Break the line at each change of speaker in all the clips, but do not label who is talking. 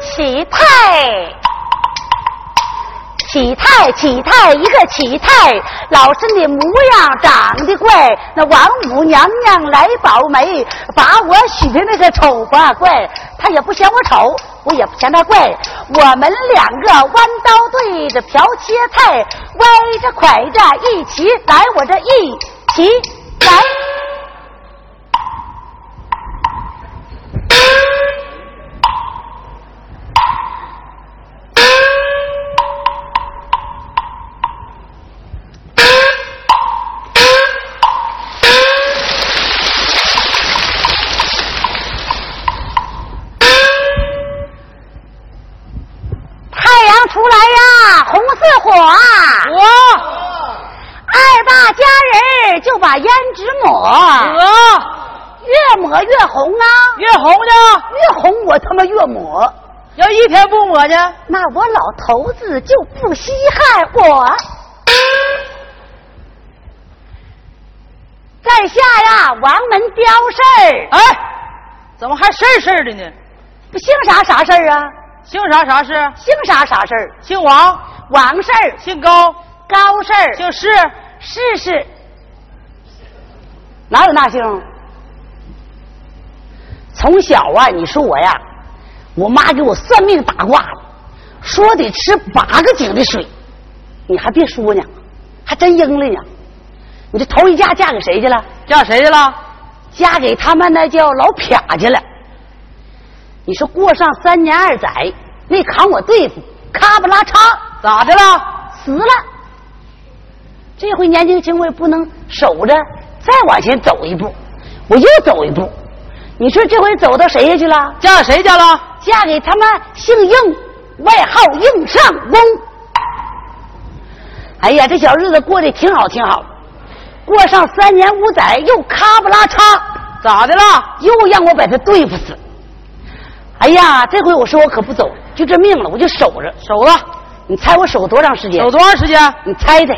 乞太，乞太，乞太，一个乞太，老身的模样长得怪，那王母娘娘来保媒，把我许的那个丑八怪，她也不嫌我丑，我也不嫌她怪，我们两个弯刀对着瓢切菜，歪着拐着一起来，我这一起来。太阳出来呀，红似火啊！
我
二大家人儿就把胭脂抹，
我
越抹越红啊！
呃越红呢，
越红我他妈越抹，
要一天不抹呢，
那我老头子就不稀罕我。在下呀，王门刁事
啊
儿，
哎，怎么还事儿事儿的呢？
不姓啥啥事儿啊？
姓啥啥事？
姓啥啥事儿？
姓王，
王事儿、
姓高，
高事儿、
姓是，
是是，哪有那姓？啊从小啊，你说我呀，我妈给我算命打卦，说得吃八个井的水，你还别说呢，还真应了呢。你这头一嫁嫁给谁去了？
嫁谁去了？
嫁给他们那叫老撇去了。你说过上三年二载没扛我对付，咔不拉嚓
咋的了？
死了。这回年轻轻我也不能守着，再往前走一步，我又走一步。你说这回走到谁家去了？
嫁谁家了？
嫁给他们姓应，外号应上翁。哎呀，这小日子过得挺好，挺好。过上三年五载，又咔不拉嚓，
咋的了？
又让我把他对付死。哎呀，这回我说我可不走，就这命了，我就守着。
守了，
你猜我守多长时间
守？多长时间？
你猜猜，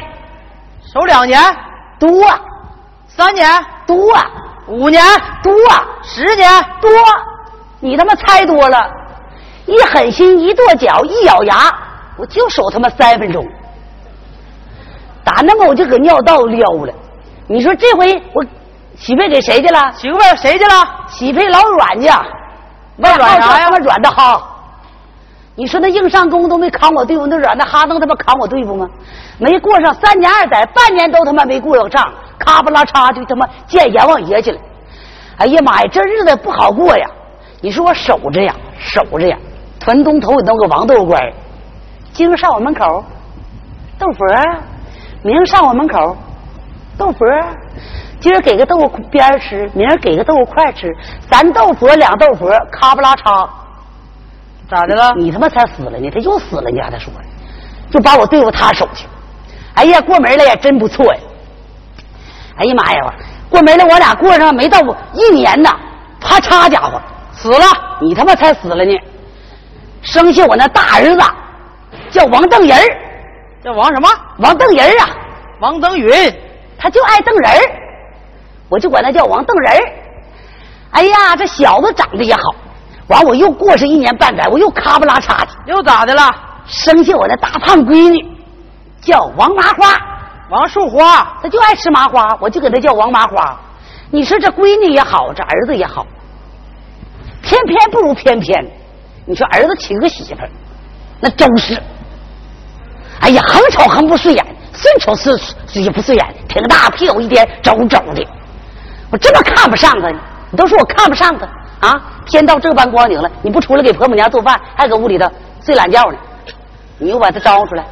守两年、
多
三年、
多
五年、
多
十年，
多，你他妈猜多了。一狠心，一跺脚，一咬牙，我就守他妈三分钟。打那么我就搁尿道撩了。你说这回我媳妇给谁去了？
媳妇儿谁去了？
媳妇老软家，
那软啥呀
他妈软的哈。你说那硬上弓都没扛我队伍，那软的哈能他妈扛我队伍吗？没过上三年二载，半年都他妈没过上账，咔不拉嚓就他妈见阎王爷去了。哎呀妈呀，这日子不好过呀！你说我守着呀，守着呀，屯东头有那个王豆官儿，今儿上我门口，豆腐儿，明儿上我门口，豆腐儿，今儿给个豆腐边儿吃，明儿给个豆腐块儿吃，三豆腐两豆腐，咔不拉嚓，
咋的了？
你他妈才死了呢！他又死了呢，你还他说，就把我对付他手去。哎呀，过门来也真不错呀！哎呀妈呀，过门来我俩过上没到一年呐，啪嚓家伙死了！你他妈才死了呢！生下我那大儿子叫王正仁儿
叫王什么？
王正仁儿啊，
王登云。
他就爱瞪人儿，我就管他叫王瞪人儿。哎呀，这小子长得也好，完我又过上一年半载，我又咔不拉嚓的，
又咋的了？
生下我那大胖闺女，叫王麻花，
王树花，
她就爱吃麻花，我就给她叫王麻花。你说这闺女也好，这儿子也好，偏偏不如偏偏。你说儿子娶个媳妇儿，那周氏，哎呀，横瞅横不顺眼，顺瞅顺也不顺眼，挺大屁股一颠，皱皱的。我这么看不上他，你都说我看不上他啊！天到这般光景了，你不出来给婆母娘做饭，还搁屋里头睡懒觉呢，你又把他招呼出来。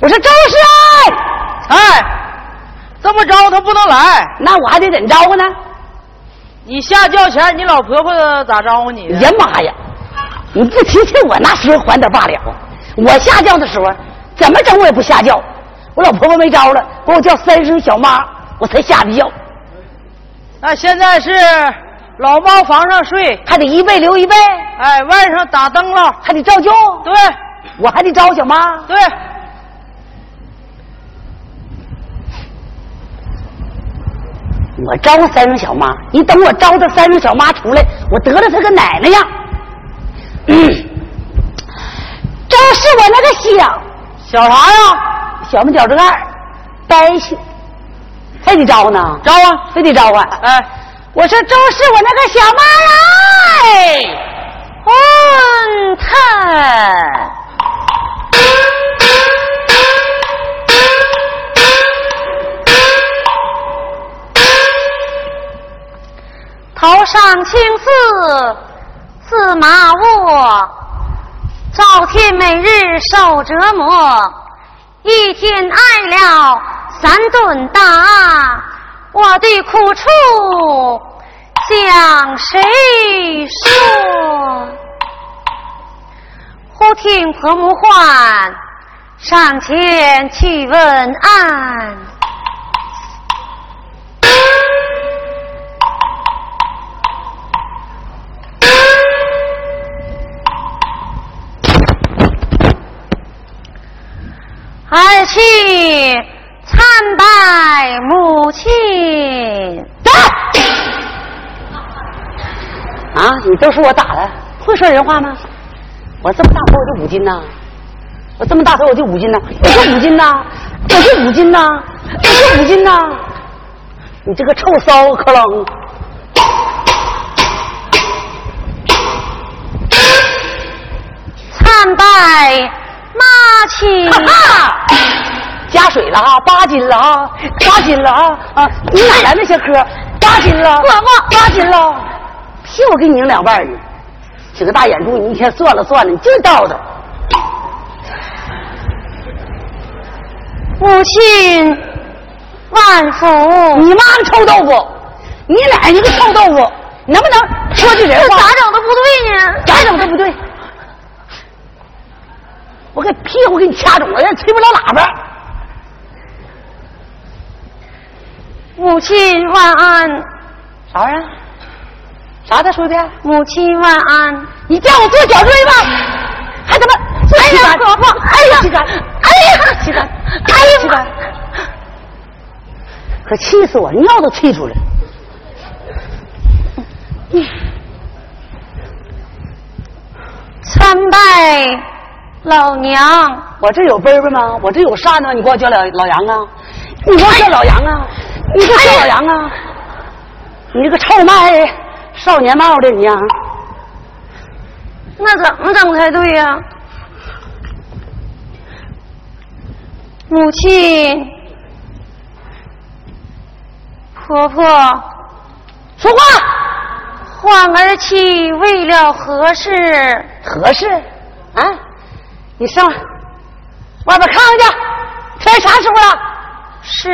我说周氏啊，
哎，这么着他不能来。
那我还得怎么招呼呢？
你下轿前，你老婆婆咋招呼你的？
哎呀妈呀！你不提提我那时候还点罢了。我下轿的时候怎么整我也不下轿，我老婆婆没招了，把我叫三声小妈，我才下的轿，
那现在是老猫房上睡，
还得一辈留一辈，
哎，外甥打灯笼。
还得照旧，
对
我还得招小妈。
对，
我招呼三声小妈，你等我招她三声小妈出来，我得了她个奶奶样。嗯是我那个小啊
小啥呀？
小不点儿这个二，呆性，还得招呢，
招啊！
非得招唤。
哎，
我说周是我那个小妈哦来，红炭。
头上青丝自麻窝，赵天每日受折磨，一天挨了三顿打，我的苦处向谁说？忽听婆母唤，上前去问安。儿去参拜母亲。
啊，你都说我咋了？会说人话吗？我这么大头我就五斤呐，我这么大头我就五斤呐，我就五斤呐，我就五斤呐，我就五斤呐。你这个臭骚克楞！
参拜妈亲，
哈哈，加水了哈，八斤了哈，八斤了啊啊！你哪来那些科？八斤了，
我我
八斤了，屁股给你拧两半儿呢！几个大眼珠，你一天算了算了，你就是道道。
母亲万福，
你妈个臭豆腐，你奶奶个臭豆腐，能不能说句人
这
话？
咋整都不对呢。
咋整都不对。我给屁股给你掐肿了，让你吹不了喇叭。
母亲万安，
啥玩意儿？啥？再说一遍。
母亲万安，
你叫我做小锥吧，还他妈做旗杆？婆婆，哎呀，旗杆，哎呀，旗杆，哎呀，旗杆，可气死我了，尿都气出来了。
参拜老娘，
我这有杯杯吗？我这有扇子吗？你给我叫老老杨啊！你给我叫老杨啊！你给我叫老杨啊！你这个臭卖少年帽的你啊呀、
那怎么整才对呀、母亲，婆婆，
说话
患儿妻为了何事？
合适
哎
啊！你上外边看看去，天啥时候了？
是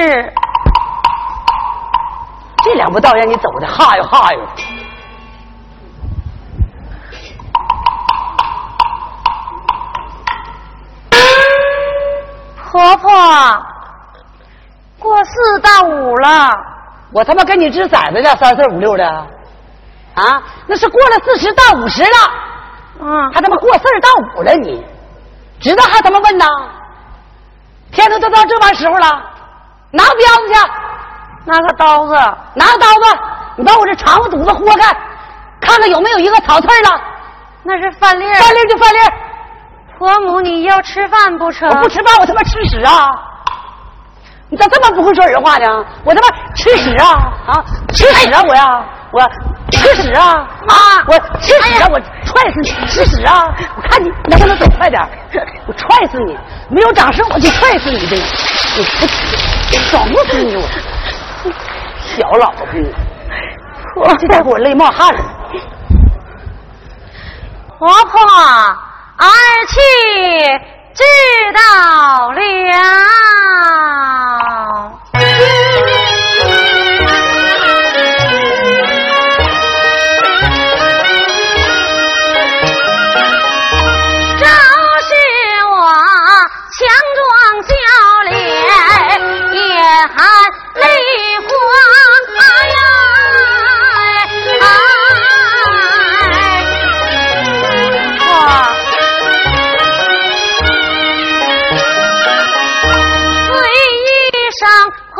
这两步道让你走的哈哟哈哟。
婆婆过四到五了，
我他妈跟你这崽子俩三四五六的，啊，那是过了四十到五十了，
嗯，
还他妈过四十到五了你，知道还他妈问呐？天都都到这帮时候了，拿个彪子去，
拿个刀子，
拿个刀子，你把我这肠子肚子豁开，看看有没有一个草刺儿了，
那是饭粒儿。
翻粒儿就翻粒儿，
婆母，你要吃饭不成？
我不吃饭我他妈吃屎啊！你咋这么不会说人话呢？我他妈吃屎啊啊！吃屎啊我呀！我吃屎啊！
妈
我吃屎啊！我踹死你！吃屎啊！我看你能不能走快点儿？我踹死你！没有掌声我就踹死你！这，我我整不死你我！小老婆 你，我这家给我累冒汗了。
婆婆，儿去知道了。这是我强装笑脸，也含泪花呀！我随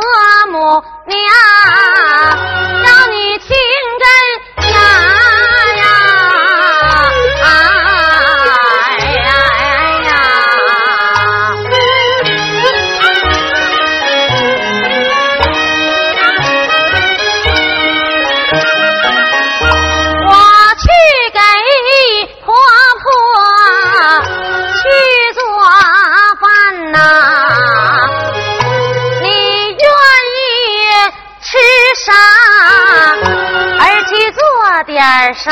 儿上，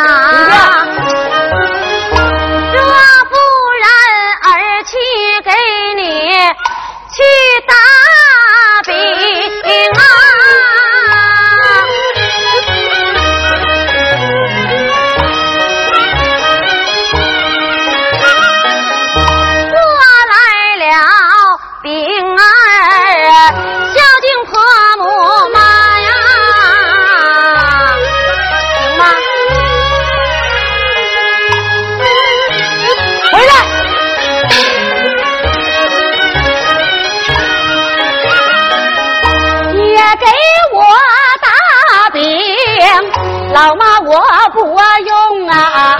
这不然儿去给你去打饼啊。做来了饼儿，孝敬婆母妈呀，妈。回来。也给我打饼，老妈我不用啊，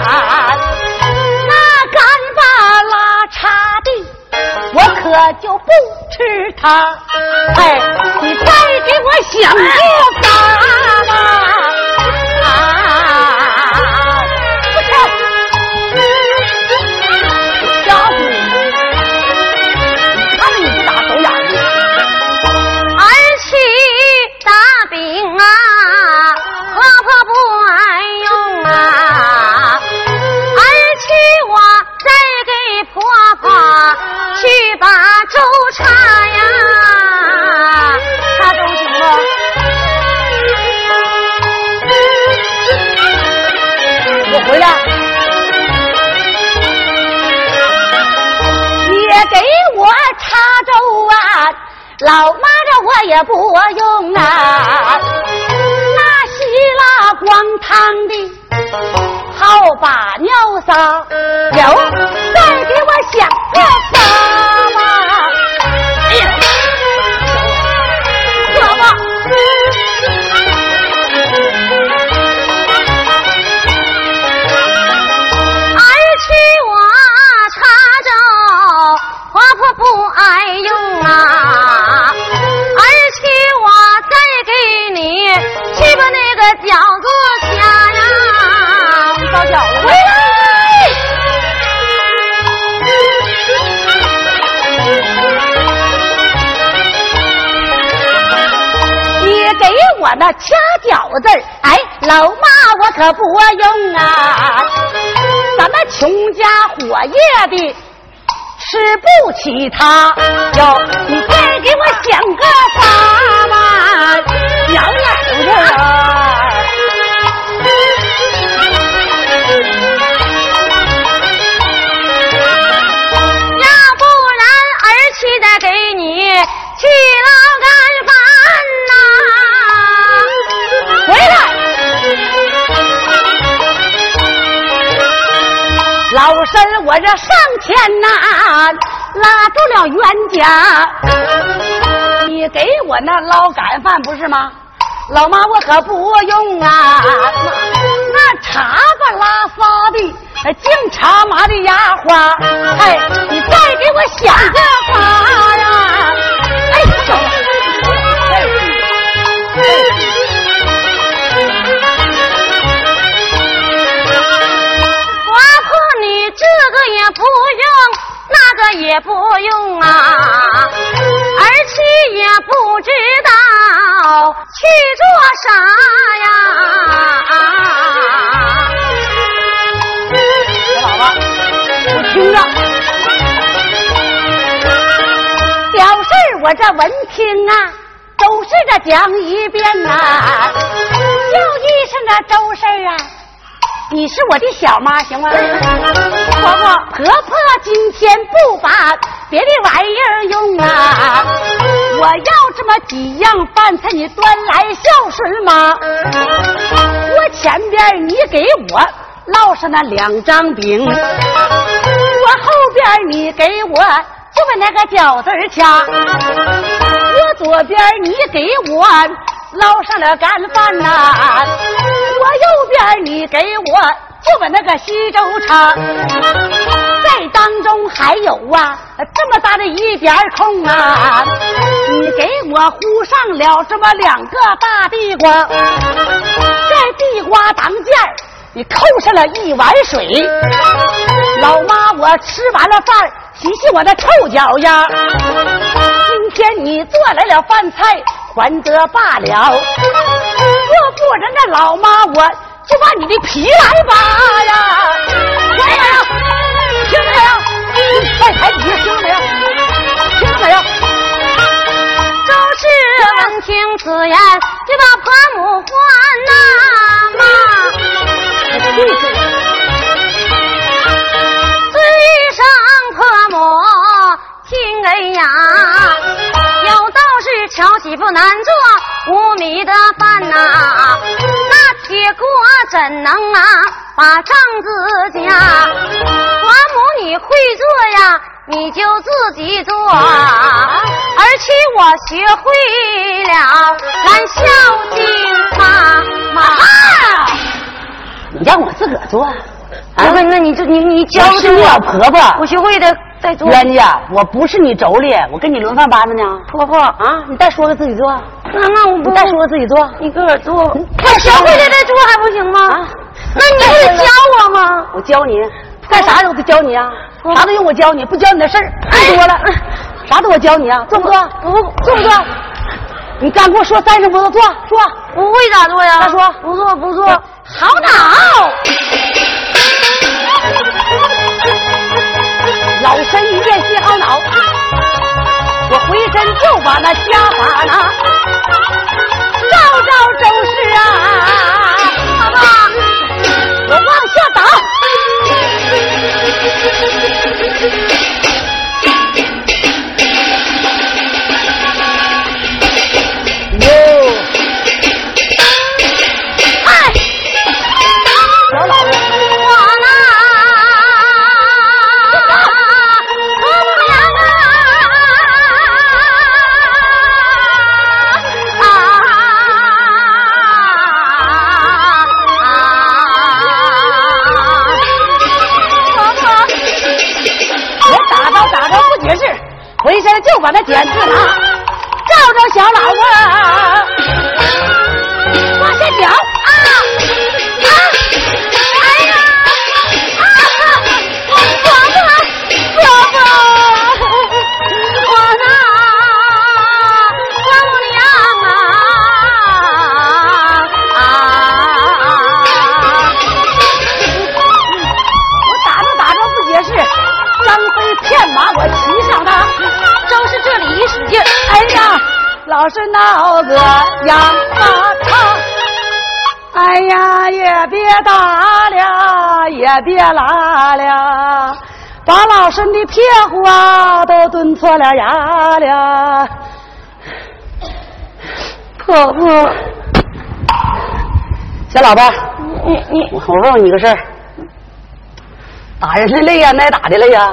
那干巴拉碴的我可就不吃它。哎，你再给我想个法吧。啊不吃小虎，看着你不打手眼儿呢。儿媳打饼啊，婆婆不爱用啊。儿媳我再给婆婆去把粥茶呀，茶粥行不？我回来。也给我插粥啊，老妈这我也不用啊，那稀拉光汤的，好把尿撒，有再给我想个法吧。哎呀，婆婆。儿娶我插着，婆婆不爱用啊。儿娶我再给你去把那个饺子夹呀，包饺子回来。你给我那掐饺子儿，哎，老妈我可不用啊，咱们穷家火业的吃不起它。哟，你快给我想个法吧，咬眼睛啊！要不然儿媳再给你去捞干饭呐、回来，老身儿我这上前呐、拉住了冤家，你给我那捞干饭不是吗？老妈我可不用啊，那茶吧拉撒的，呃净茶麻的牙花，哎，你再给我想个法呀、哎，走了，哎婆婆，你这个也不用，那个也不用啊，儿媳也不知道去做啥呀。老婆，我听着。表示我这文听啊，周氏这讲一遍呐、啊，就一声啊，周氏啊，你是我的小妈行吗？婆婆，婆婆今天不把别的玩意儿用啊，我要这么几样饭菜，你端来孝顺吗？我前边你给我烙上那两张饼，我后边你给我就把那个饺子儿掐，我左边你给我捞上了干饭呐、我右边你给我就把那个西周茶，在当中还有啊这么大的一点儿空啊，你给我糊上了这么两个大地瓜，在地瓜当间儿你扣上了一碗水，老妈我吃完了饭，洗洗我的臭脚丫。今天你做来了饭菜，还则罢了。若不然那老妈我就把你的皮来扒哎呀！哎听没有？听没有？快抬皮，听没有？听没有？周氏闻听此言，就把婆母唤呐、妈，对上婆母听恩呀，有道是巧媳妇难做无米的饭呐、那铁锅怎能啊把丈子家？寡母你会做呀，你就自己做，儿媳我学会了，咱孝敬妈妈。
你让我自个儿做啊？
哎不是，那你就你你教啊
我
教
是你老婆
我
婆，
学会的再做。
冤家，我不是你妯娌，我跟你轮番班子呢。
婆婆啊，
啊，你再说个自己做，
那那我不
你再说个自己做。
你自个儿做，我
太
学
伤
会
人
了
了
再做还不行吗？
啊
那你不得教我吗？
我教你，
嗯
干啥都得教你啊，啥都用我教你，不教你的事儿太多了，
哎
啥都我教你啊，做不做？
不
做不做？你敢给我说三声不做？做做，
不会咋做呀？
他说
不做不做，
好
好。
老身一片细好恼，我回身就把那家法拿，照照周氏啊，
爸爸，
我往下打。哟，
嗨，
小老婆
我呐，我不要啊！啊
我哎
啊！
打着打着不觉事，回身就把那剪子拿，照着小老婆往下绞。
啊啊！哎呀！啊！婆婆，婆婆，我呐，我母娘啊！啊！
我打着打着不觉事，张飞骗马我骑上他，
周氏这里一使劲，
哎呀，老是闹个哑巴唱。哎呀，也别打了，也别拉了，把老身的屁股啊都蹲错了牙了。哎
婆婆，
小老伴儿，
你你
我我问问你个事儿，打人的累呀、挨打的累呀、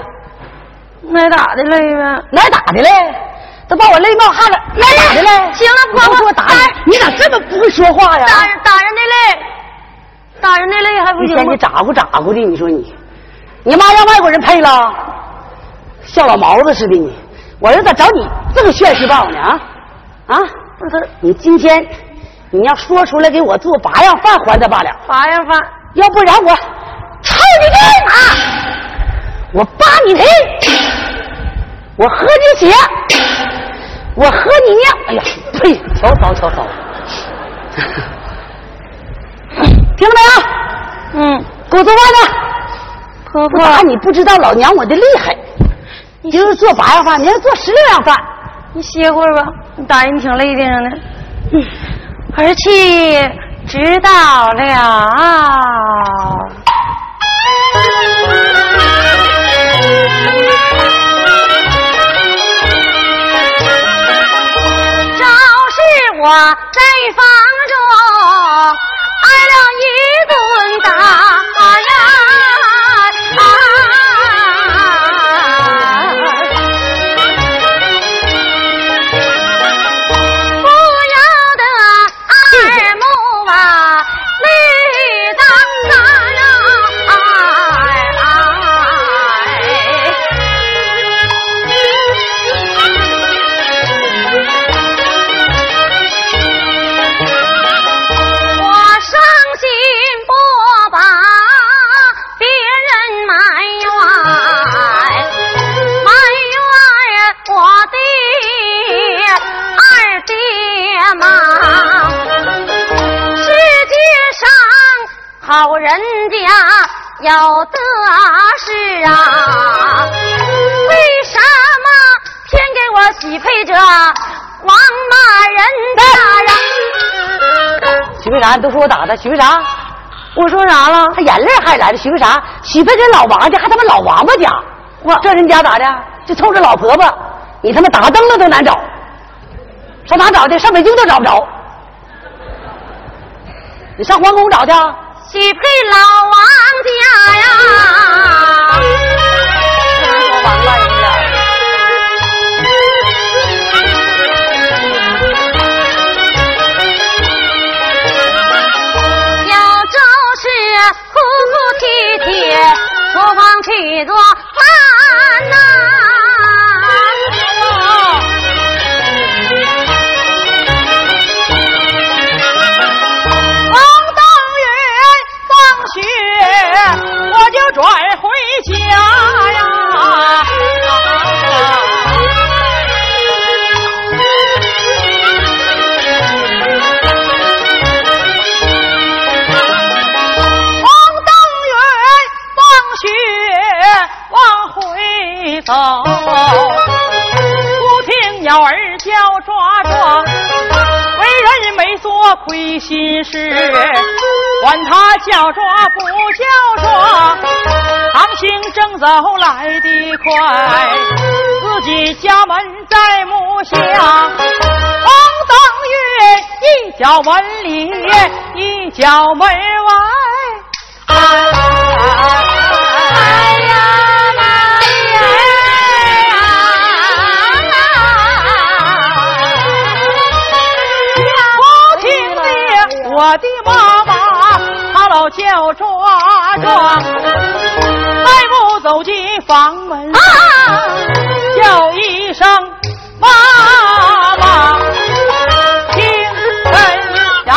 挨打的累呗？
哪儿打的嘞？都把我累冒汗了，哪儿打的嘞？
哎行了
你
婆婆
都给我打你
打人！
你咋这么不会说话呀？
打人打人的累，打人的累还不
一
行
天
吗
你？咋呼咋呼的，你说你，你妈让外国人配了，像老毛子似的你。我说咋找你这个炫世报呢啊啊！
不是
你今天你要说出来给我做八样饭还他罢了，
八样饭。
要不然我抽你的啊！我扒你皮，我喝你血，我喝你尿！哎呀，呸！瞧骚瞧骚， 听着没有？
嗯，
给我做饭呢！
婆
我哎
婆，
打你不知道老娘我的厉害，你就是做八样饭，你要做十六样饭，
你歇会儿吧，你打人挺累的着呢。儿媳知道了。招是我在房中挨了一顿打呀！啊不由得二目啊泪当当啊！好人家有的是啊，为什么偏给我许配这王八人家啊？
许配啥？你都说我打的，许配啥？我说啥了？他眼泪还来了，许配啥？许配给老王家，还他妈老王八家。我这人家咋的？就冲着老婆婆，你他妈打灯笼都难找，上哪找去？上北京都找不着。你上皇宫找去啊？
许配老王家呀！
王八人家。
小周是哭哭啼啼，厨房去做饭呐、
王当云放学，我就转回家呀。王当云放学往回走，忽听鸟儿叫抓抓，为人没做亏心事，管他叫抓不叫抓，唐兴正走来得快，自己家门在木下，王当月一脚门里，一脚门外。
哎呀妈呀！
不听的，我的妈妈，她老叫抓抓，迈步走进房门，叫一声妈妈，听真呀，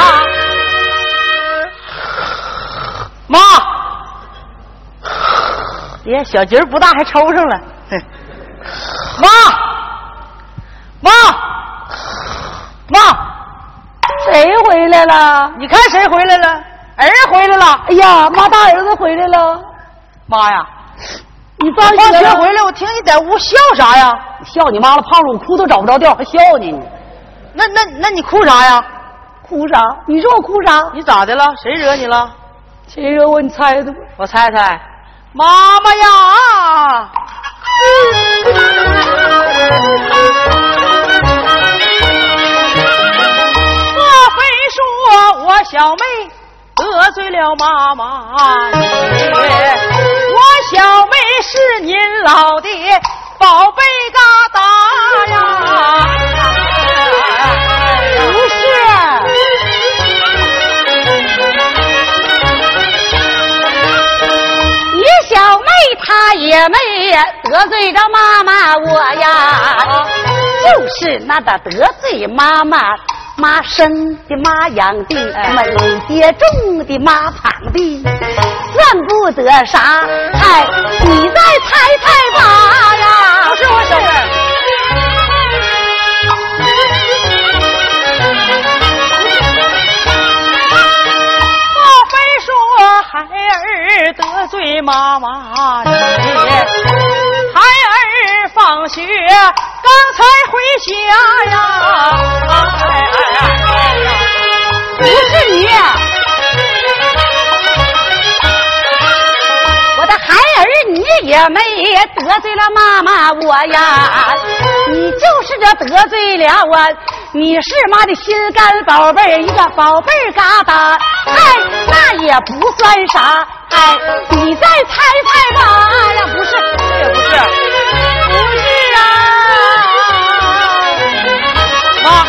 妈，别小节儿不大还抽上了，妈，妈，妈。
谁回来了？
你看谁回来了？儿回来了！
哎呀，妈，大儿子回来了！
妈呀！
你
放
放学
学
了
回来，我听你在屋笑啥呀？
笑你妈了，胖了，我哭都找不着调，还笑你呢？
那那那你哭啥呀？
哭啥？你说我哭啥？
你咋的了？谁惹你了？
谁惹我？你猜的吧？
我猜猜，妈妈呀！莫非说我小妹得罪了妈妈你？我小妹是您老的宝贝疙瘩呀！
不是，
你小妹她也没得罪着妈妈我呀，
就是那的得罪妈妈，妈生的妈养的，妈累爹种的妈躺的，算不得啥。哎，你再猜猜吧呀！
啊不是我小妹。莫非说孩儿得罪妈妈你？孩儿放学刚才回家呀！哎哎哎哎
不是你，
我的孩儿你也没得罪了妈妈我呀，
你就是这得罪了我，你是妈的心肝宝贝儿，一个宝贝儿疙瘩。哎，那也不算啥。哎，你再猜猜吧呀，不是，
这不是，
不是啊。
妈，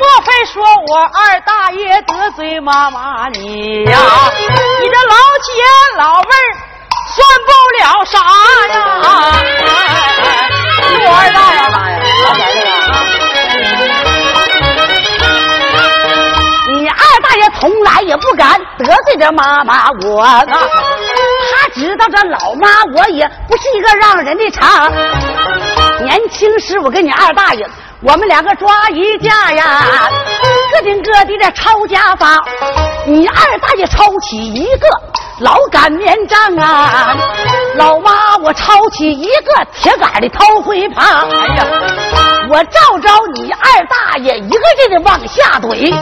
莫非说我二大爷得罪妈妈你呀？你这老姐老妹儿算不了啥呀！你我二大爷大爷，老姐这个
你二大爷从来也不敢得罪这妈妈我，他知道这老妈我也不是一个让人的茬。年轻时我跟你二大爷，我们两个抓一架呀，各顶各地的抄家法，你二大爷抄起一个老擀面杖啊，老妈我抄起一个铁杆的掏灰耙。哎呀，我照着你二大爷一个劲的往下怼，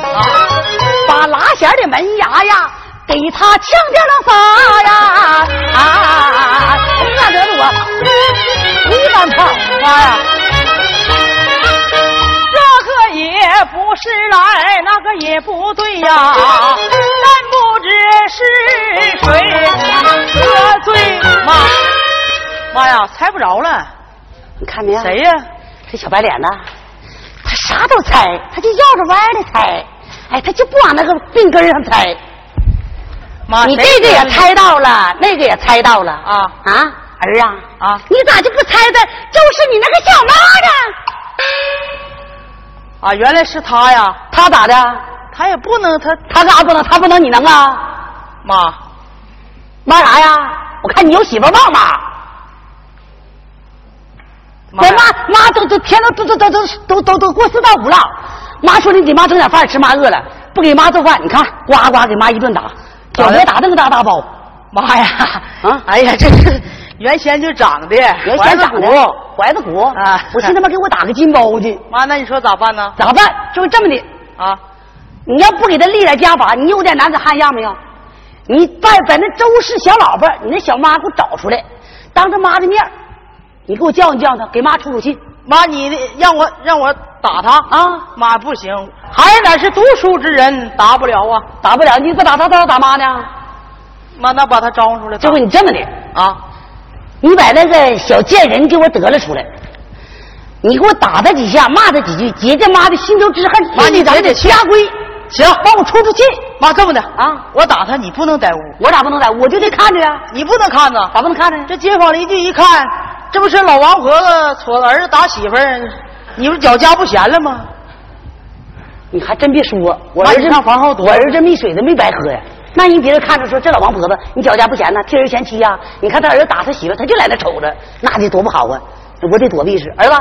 把拉弦的门牙呀给他呛掉了仨呀！啊，那得了我，嗯你敢跑妈呀！
啊这个也不是来，那个也不对呀、但不知是谁喝醉妈，妈呀，猜不着了，
你看没有？
谁呀、
这小白脸呐，他啥都猜，他就绕着弯儿的猜，哎，他就不往那个病根儿上猜。
妈，
你
谁
这个
喝
也
的
猜到了，那个也猜到了
啊
啊，儿啊
啊
你咋就不猜的就是你那个小妈呢？
啊？原来是他呀，
他咋的？
他也不能他
他咋不能？他不能你能啊？
妈，
妈啥呀？我看你有媳妇忘吧？我
呀
妈妈都都天都都都都都都都过四到五了，妈说你给妈整点饭吃，妈饿了，不给妈做饭，你看呱呱给妈一顿打，
咋
脚
的
没打那个大大包。
妈呀！
啊
哎呀，这是原先就长的，
原
原
先长的怀子骨
啊
我寻思他妈给我打个金包去，
妈，那你说咋办呢？
咋办？就这么的，
啊，
你要不给他立点家法，你有点男子汉样没有？你把把那周氏小老婆，你那小妈给我找出来，当着妈的面儿你给我教训教训他，给妈出出气。
妈，你的让我让我打他
啊！
妈不行，孩子乃是读书之人，打不了啊！
打不了你不打他，他要打妈呢。
妈，那把他招出来吧。
这回你这么的，
啊，
你把那个小贱人给我得了出来，你给我打他几下，骂他几句，解解妈的心头之恨。
妈你
咱
解
得
解气
家规，
行，
帮我出出气。
妈这么的
啊，
我打他，你不能在屋，
我咋不能打？我就得看着呀，
你不能看呐。
咋不能看着呀？
这街坊邻居一看，这不是老王婆子戳儿子打媳妇儿，你不是脚家不闲了吗？
你还真别说，我
妈
儿子
你上房后躲
我儿子没水的没白喝呀。那人别人看着说这老王婆子，你脚家不闲呐，替人贤妻呀、你看他儿子打他媳妇，他就在那瞅着，那得多不好啊！我得躲避是儿子，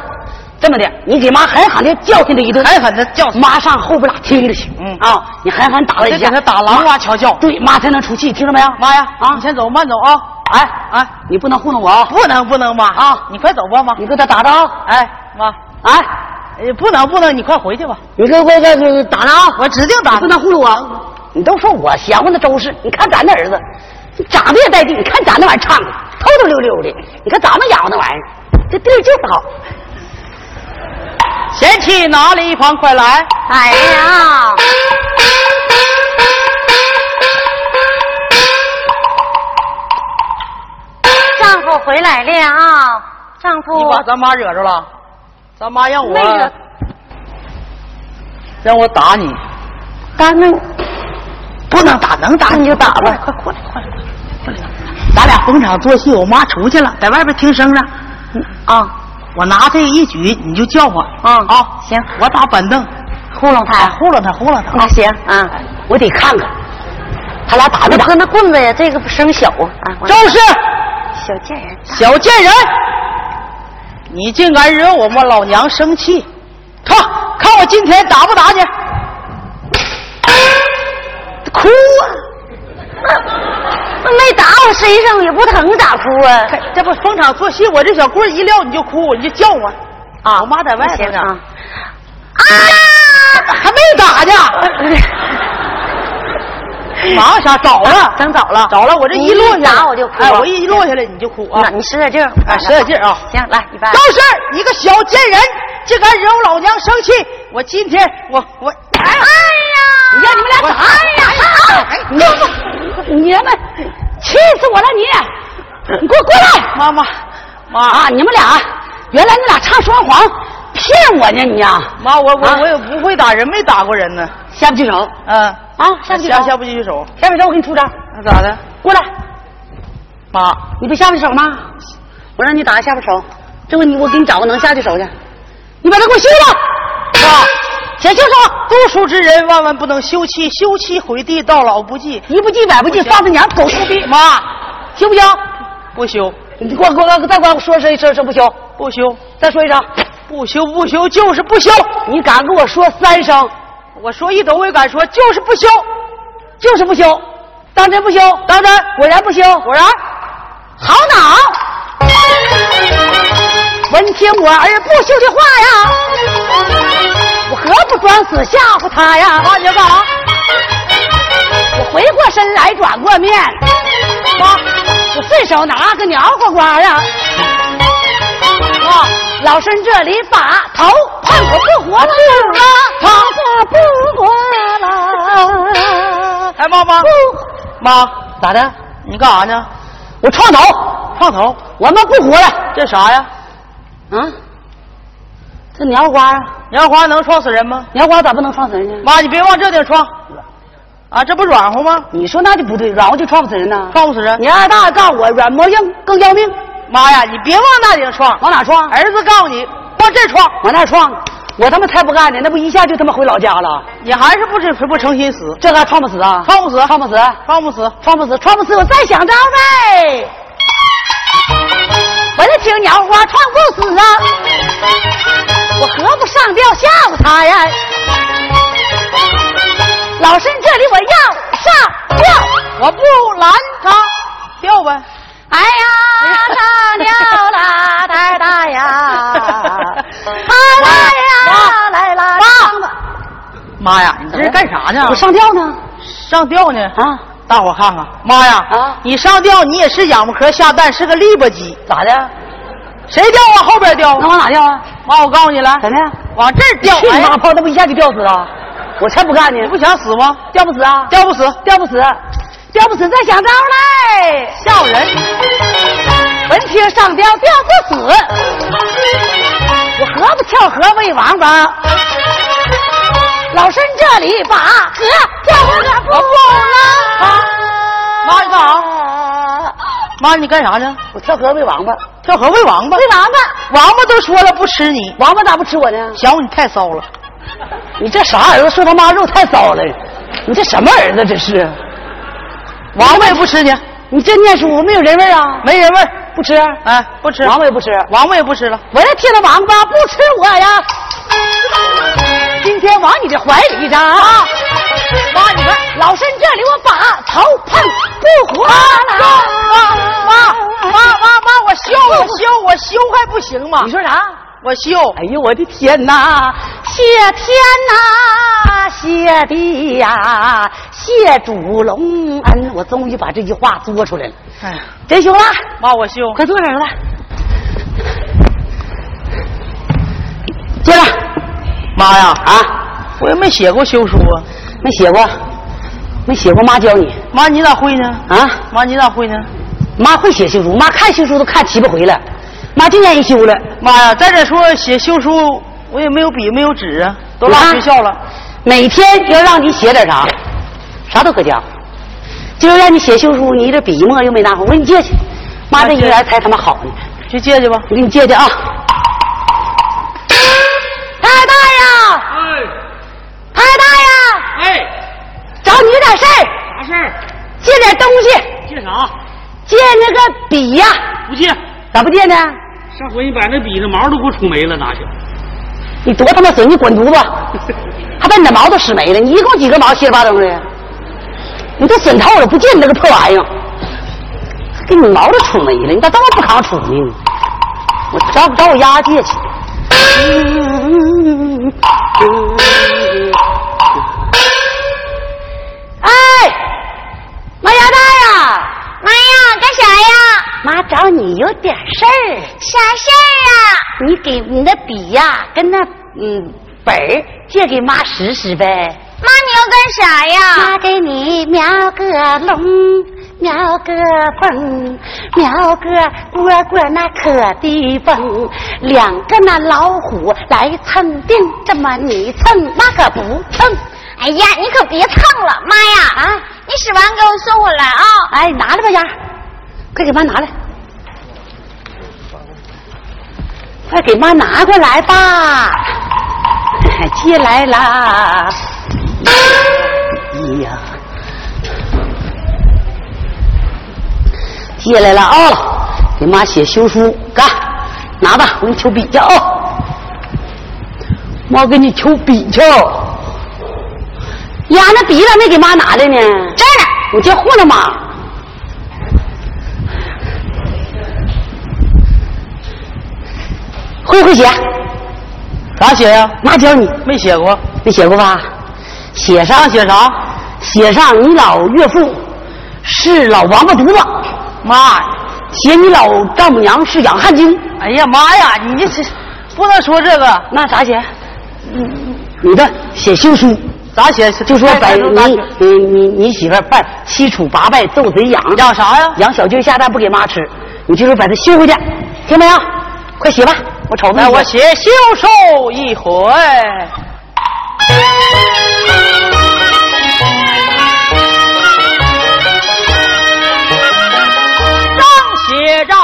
这么的，你给妈狠狠的教训他一顿，
狠狠地教训
妈上后边俩听着去，
嗯
啊，你狠狠打他一
得
下，
给他打狼哇瞧瞧
对，妈才能出气，听着没有？
妈呀，
啊
你先走，慢走啊！
哎
哎
你不能糊弄我啊！
不能不能，妈
啊
你快走吧，妈。
你给他打着啊！
哎，妈，
哎，
呃不能不能，你快回去吧。
你给我给我给我打着啊！
我指定打
你不能糊弄我！啊你都说我闲乎那周氏，你看咱那儿子，长得也带劲，你看咱那玩意儿唱的，偷偷溜溜的，你看咱们养活那玩意儿，这地儿就是好。
贤妻哪里一旁，快来！
哎呀，丈夫回来了，啊丈
你
哦
夫
把咱妈惹着了，咱妈让我
没惹
让我打你，
干那
不能打，能
啊
打
你就打吧
快快过来，快来，快来！咱俩逢场作戏，我妈出去了，在外边听声了。
啊，
我拿这一举，你就叫唤。
嗯
啊，
行
我打板凳，
糊弄
哎，
他，
糊弄他，糊弄他。
那行啊，我得看看他俩打没打
不。那棍子呀，这个不声小啊啊！我
周氏，
小贱人，
小贱人，你竟敢惹我们老娘生气，看，看我今天打不打你？
哭 啊！那没打我身上也不疼，咋哭啊？
看哎这不逢场作戏，我这小棍儿一撂你就哭，你就叫我。啊，我妈在外头
行
呢，
啊！
还没打 呢。忙啥？早了，
整啊早了
早了。我这
你
一落
一
下来，
打我就哭啊
哎，我一落下来你就哭啊
那！你使点劲儿，
哎使点劲儿啊
行，来，一般
赵。氏儿，你个小贱人，竟敢惹我老娘生气！我今天我我，哎呀，
你让你们俩打！哎呀，你你们气死我了！你，你给我过来！
妈妈，妈
啊，你们俩原来你俩唱双簧，骗我呢你呀！
妈，我我
啊
我也不会打人，没打过人呢。
下不去手
嗯，
啊！下不去手，
下下不去手，
下不去手，我给你出招。
那咋的？
过来，
妈，
你不下不去手吗？我让你打下不去手，这回你我给你找个能下去手去，你把他给我休了。
妈，
谁休手？
读书之人万万不能休妻，休妻毁地，到老不计。
一不记百不记，放他娘狗犊逼！
妈，
行不行？
不休，
你给我给我再给我说声声声不休，
不休，
再说一声，
不休，不休，就是不休。
你敢跟我说三声？
我说一都未敢说，就是不休。
就是不休，当真不休，当真，果然不休，果然，好脑，闻听我儿不休的话呀，我何不装死吓唬他呀？
啊，你干啥？
我回过身来转过面，啊，我顺手拿个鸟火瓜呀，啊，老身这里把头碰我不活了，啊躺下不活了，
哎，妈妈，妈，
咋的？
你干啥呢？
我创头，
烫头，
我们不活了
这啥呀？
啊！这鸟花啊，
杨花能撞死人吗？
鸟花咋不能撞死人呢？
妈，你别往这顶撞，啊，这不软乎吗？
你说那就不对，软乎就撞不死人呐。
撞不死人。
你二大告诉我，软磨硬更要命，
妈呀，你别往那顶撞，
往哪撞？
儿子告诉你，往这撞，
往那撞，我他妈才不干呢！那不一下就他妈回老家了，
你还是不知不诚心死，
这还撞不死啊？
撞不死，
撞不死，
撞不死。
撞不死，撞不死，我再想招呗。闻听鸟花撞不死啊，我何不上吊吓唬他呀？老身这里我要上吊。
我不拦他，掉呗。
哎呀，大鸟啦哒哒呀，
啊妈
啊来啦来啦，
妈呀，你这是干啥呢？
我上吊呢
上吊呢！
啊！
大伙看看，妈呀，
啊
你上吊你也是仰巴壳下蛋，是个利巴鸡，
咋的？
谁掉往后边掉
那？往哪吊啊？
妈，我告诉你来，
怎么样？
往这儿掉。
去
哎
你妈
呀，
炮，那不一下就吊死了？我才不干呢！
你不想死吗？
吊不死啊？
吊不死，
吊不死，吊不死，再想招来。
吓唬人。
闻听上吊吊不死，我何不跳河喂王八？老身这里把河跳河不了啊！
妈，你干啥？妈，你干啥呢？
我跳河喂王八，
跳河喂王八
喂。王啊八，
王八都说了不吃你，
王八咋不吃我呢？
嫌我你太骚了。
你这傻儿子说他妈肉太骚了，你这什么儿子这是？
王八也不吃你，
你这念书没有人味儿啊？
没人味儿。
不吃，
哎，不吃。
王八也不吃。
王八也不吃了。
我这天的王八不吃我呀，今天往你这怀里扎。
妈，你看。
老身这里我把头碰不
啊
活了。
妈妈妈妈，啊我修我修我修还不行吗
你？说啥？
我修，
哎呦我的天呐，谢天呐，谢地呀、谢主隆恩，我终于把这句话作出来了，
哎，
真行了，
妈我修，
快坐这儿了，坐这儿
妈呀，
啊，
我又没写过休书啊，
没写过，没写过，妈教你
妈你咋会呢？
啊。
妈你咋会呢？
妈会写休书，妈看休书都看七八回了，妈就愿意休了。
妈呀，再者说写休书，我也没有笔没有纸啊，都
你
落
看
学校了。
每天要让你写点啥，啥都可讲。就是让你写休书，你这笔墨又没拿好，我给你借去。妈这一个人才他妈好呢，
去借去吧。
我给你借去啊。太大呀，
哎
太大呀，
哎，
找你点事儿，
啥事儿？
借点东西，
借啥？
借那个笔呀、
不借。
咋不借呢？
上回你把那笔的毛都给我杵没了，拿去。
你多他妈损，你滚犊子！还把你的毛都使没了，你一共几个毛稀里八灯的？你都损透了，不借你那个破玩意儿，给你毛都杵没了，你咋这么不扛杵呢？你我找找我丫借去。
哎，
妈丫蛋呀，
妈呀，干啥呀？
妈找你有点事儿，
啥事儿啊？
你给你的笔呀、跟那嗯本儿借给妈使使呗。
妈，你要干啥呀？
妈给你描个龙，描个凤，描个蝈蝈那可的蹦，两个那老虎来蹭腚，这么你蹭那可不蹭。
哎呀，你可别蹭了，妈呀！啊，你使完给我送回来啊、
哎，拿来吧，丫儿，快给妈拿来，快给妈拿过来吧，哎接来啦！哎呀，接来了啊、给妈写休书，干，拿吧，我给你求笔去啊、妈给你求笔去，呀，那笔咋没给妈拿来呢？
这
我结婚了吗？会不会写？
咋写呀、
妈教你，
没写过，
你写过吧？写上
那写啥？
写上你老岳父是老王八犊子，
妈呀！
写你老丈母娘是养汉精，
哎呀妈呀！你这不能说这个，
那咋写？你嗯的写休书，
咋写？
就说百
白
你你你你媳妇儿办七处八拜斗贼养，
养啥呀？
养小鸡下蛋不给妈吃，你就说把它休回去，听没有？快写吧，我瞅着
来，
你
我写休收一回。正写着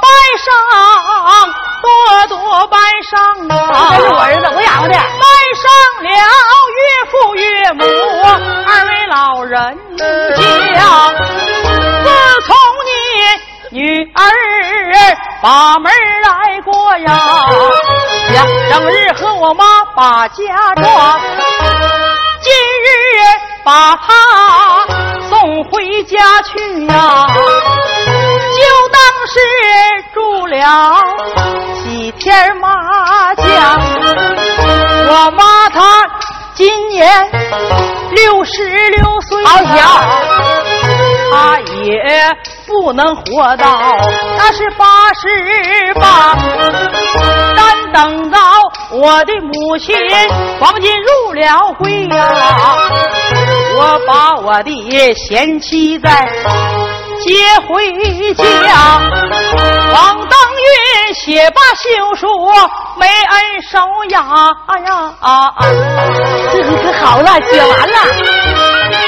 拜上多多拜上啊！
这是我儿子，我养活的。
拜上了岳父岳母二位老人家。自从你女儿把门来过呀，呀，整日和我妈把家装，今日把她送回家去呀，就当是住了几天妈家。我妈她今年六十六岁了，
好小
她也不能活到那是八十八。但等到我的母亲黄金入了会呀、我把我的贤妻再接回家。王登云写罢休书，没恩手呀哎呀啊啊！
这个可好了，写完了。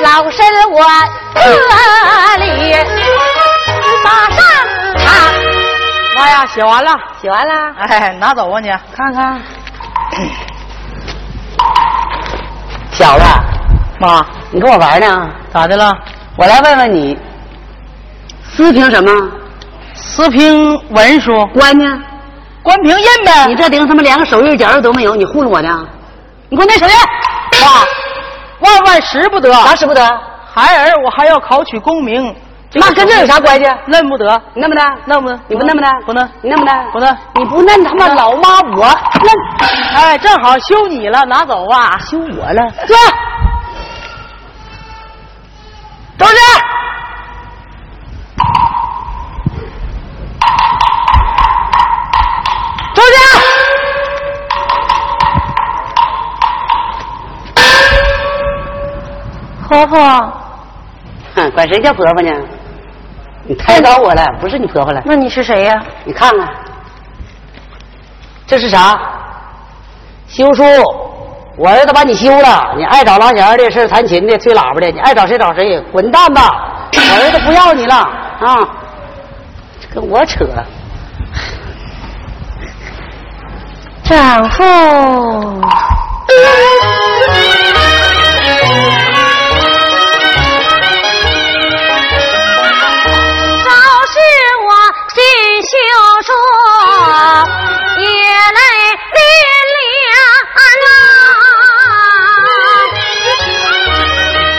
老身我这里马上啊，
妈呀，写完了，
写完啦。
哎，拿走吧你。
看看，小子，
妈，
你跟我玩呢？
咋的了？
我来问问你，私凭什么？
私凭文书，
官呢？
官凭印呗
你这顶他妈连个手印脚印都没有，你糊弄我呢？你给我那手印！
妈，万万使不得。
啥使不得？
孩儿，我还要考取功名。
那跟这有啥关系？
嫩不得，
你那么的，
嫩不得，
你不那么的，
不嫩，
你那么的，
不嫩。
你不嫩，他妈老妈我嫩，
哎，正好休你了，拿走啊！
休我了。
对，周志，周志，
婆婆，
哼，管谁叫婆婆呢？你太高我了，不是你婆婆了。
那你是谁呀、
你看看，这是啥？休书，我儿子把你休了。你爱找拉弦儿的，是弹琴的，吹喇叭的，你爱找谁找谁，滚蛋吧！我儿子不要你了啊！这跟我扯，
丈夫。早是我心休说，也泪啊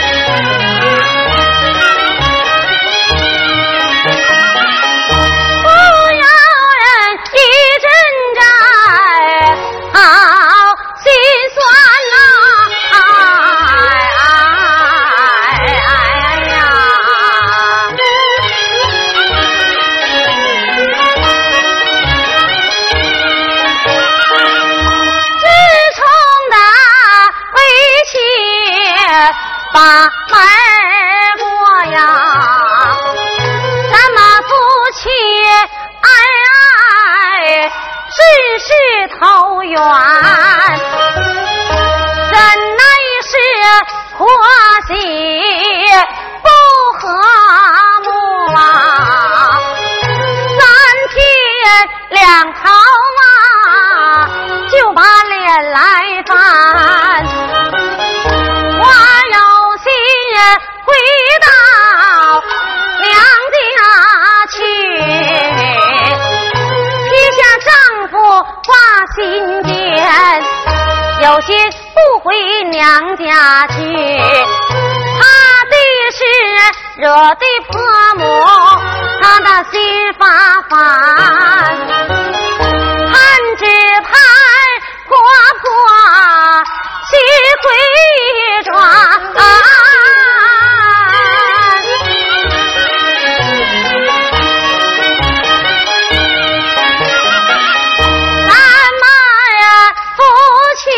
淋漓不要人一阵战，好心酸呐！哎哎呀！自从那为妻把门儿过呀，咱们夫妻恩爱世世投缘，怎奈是婆媳不和睦啊，三天两头啊，就把脸来翻。我有心回到娘家去，撇下丈夫挂心间，有心不回娘惹得婆母她的心发烦，盼只盼婆婆心回转。啊咱们夫妻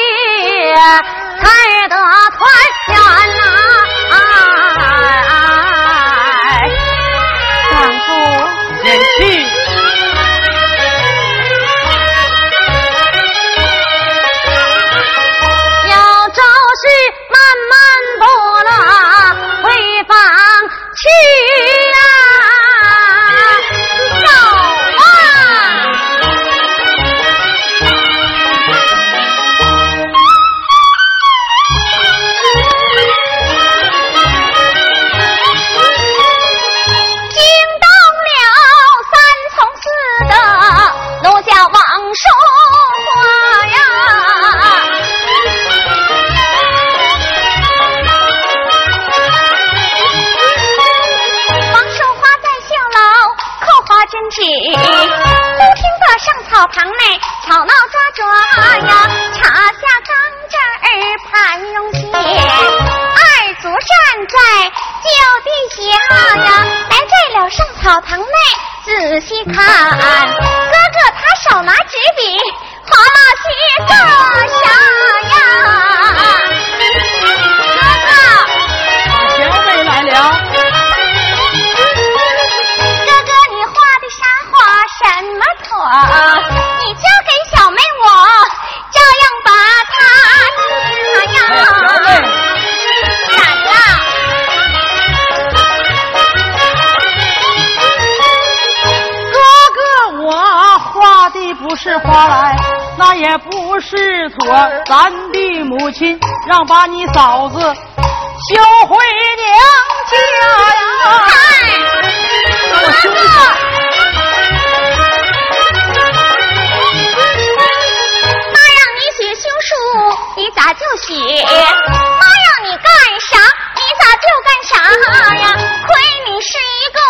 才得团圆呐、哎丈夫
忍气
要招式慢慢步啦，回房去呀、走啊！惊动了三从四德奴家王叔华呀，王叔花在绣楼刻花针指，忽听得上草堂内吵闹抓抓呀，茶下钢针儿盘绒鞋，二足站在就地下呀，来在了上草堂内仔细看，哥哥他手拿纸笔划拉些个啥呀，哥哥。
小美来了，
哥哥，你画的啥花什么朵？你交给小妹我，照样把它哎
哎
呀。
小妹
咋的啦？
哥哥，我画的不是花来，那也不是朵，咱的母亲让把你嫂子休回
哎
娘家呀。
嗨，哥哥。妈让哎你写休书，你咋就写？妈让你干啥，你咋就干啥呀？亏你是一个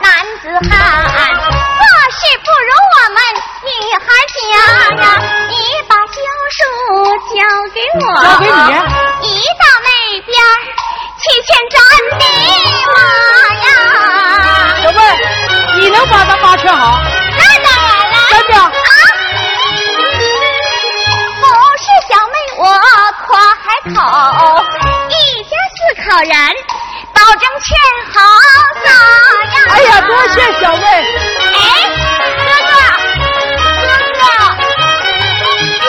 男子汉，做事不如我们女孩家呀！你把休书交给我，
交给你。
你到那边儿去见咱的妈呀！
小妹，你能把咱妈劝好？
那当然了，
真的
啊！不是小妹我夸海口，一家四口人，保证劝好嫂呀！
哎呀，多谢小妹！
哎，哥哥，哥哥，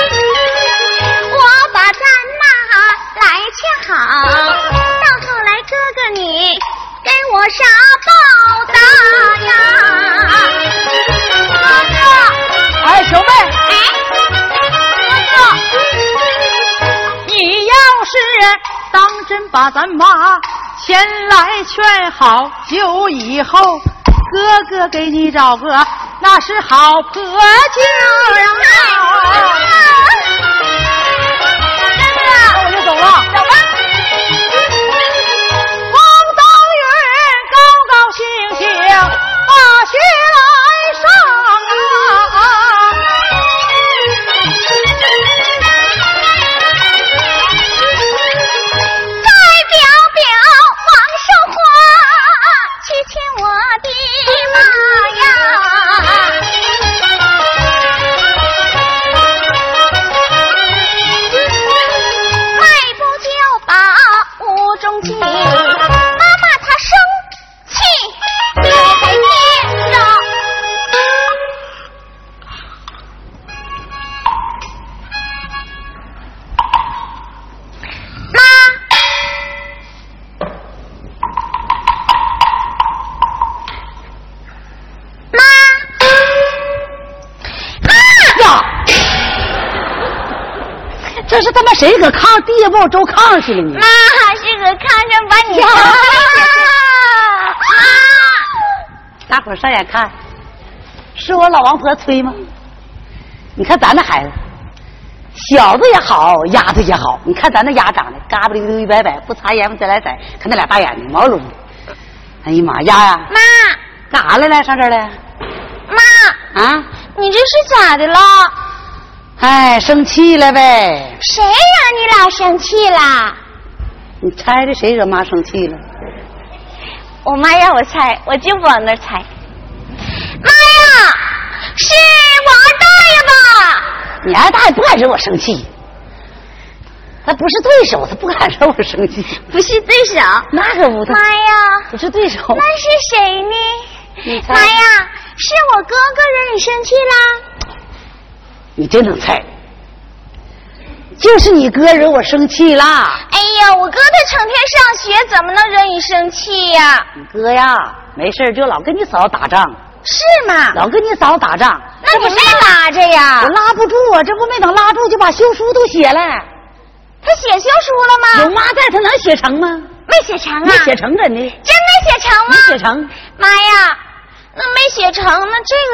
我把咱妈来劝好，到后来哥哥你给我啥报答呀？哥哥，
哎，小妹，
哎，哥哥。
你要是当真把咱妈前来劝好，就以后哥哥给你找个那是好婆
哎
家呀！
哎
那我就走了。走吧。王登云高高兴兴把学来上啊！
再表表王寿花，去亲我的妈呀！迈步就把屋中进，妈妈她生气，你得听着。妈，妈，妈。
这是他妈谁搁炕地下把我周炕上去了呢
妈？是个炕上把你砸妈，
大伙儿上眼看，是我老王婆催吗？你看咱那孩子，小子也好，丫头也好，你看咱那丫长得嘎巴溜溜一摆摆，不擦烟不再来色，看那俩大眼睛毛茸茸。哎呀妈丫呀，
妈
干啥来了？上这儿来
妈，
啊？
你这是咋的了？
哎，生气了呗？
谁让你老生气啦？
你猜这谁惹妈生气了？
我妈让我猜，我就往那儿猜。妈呀，是我二大爷吧？
你二大爷不敢惹我生气，他不是对手，他不敢惹我生气。
不是对手。
那可不，他
妈呀，
不是对手。
那是谁
你
呢？
猜
妈呀，是我哥哥惹你生气啦？
你真能猜，就是你哥惹我生气啦。
哎呀，我哥他成天上学，怎么能惹你生气呀、
你哥呀，没事儿就老跟你嫂打仗，
是吗？
老跟你嫂打仗，
那你没拉着呀
我？拉不住啊，这不没等拉住就把休书都写了。
啊他写休书了
有
吗？
妈在，他能写成吗？
没写成啊？
没写成，真的，没
真没写成吗？
写成。
妈呀，那没写成，那这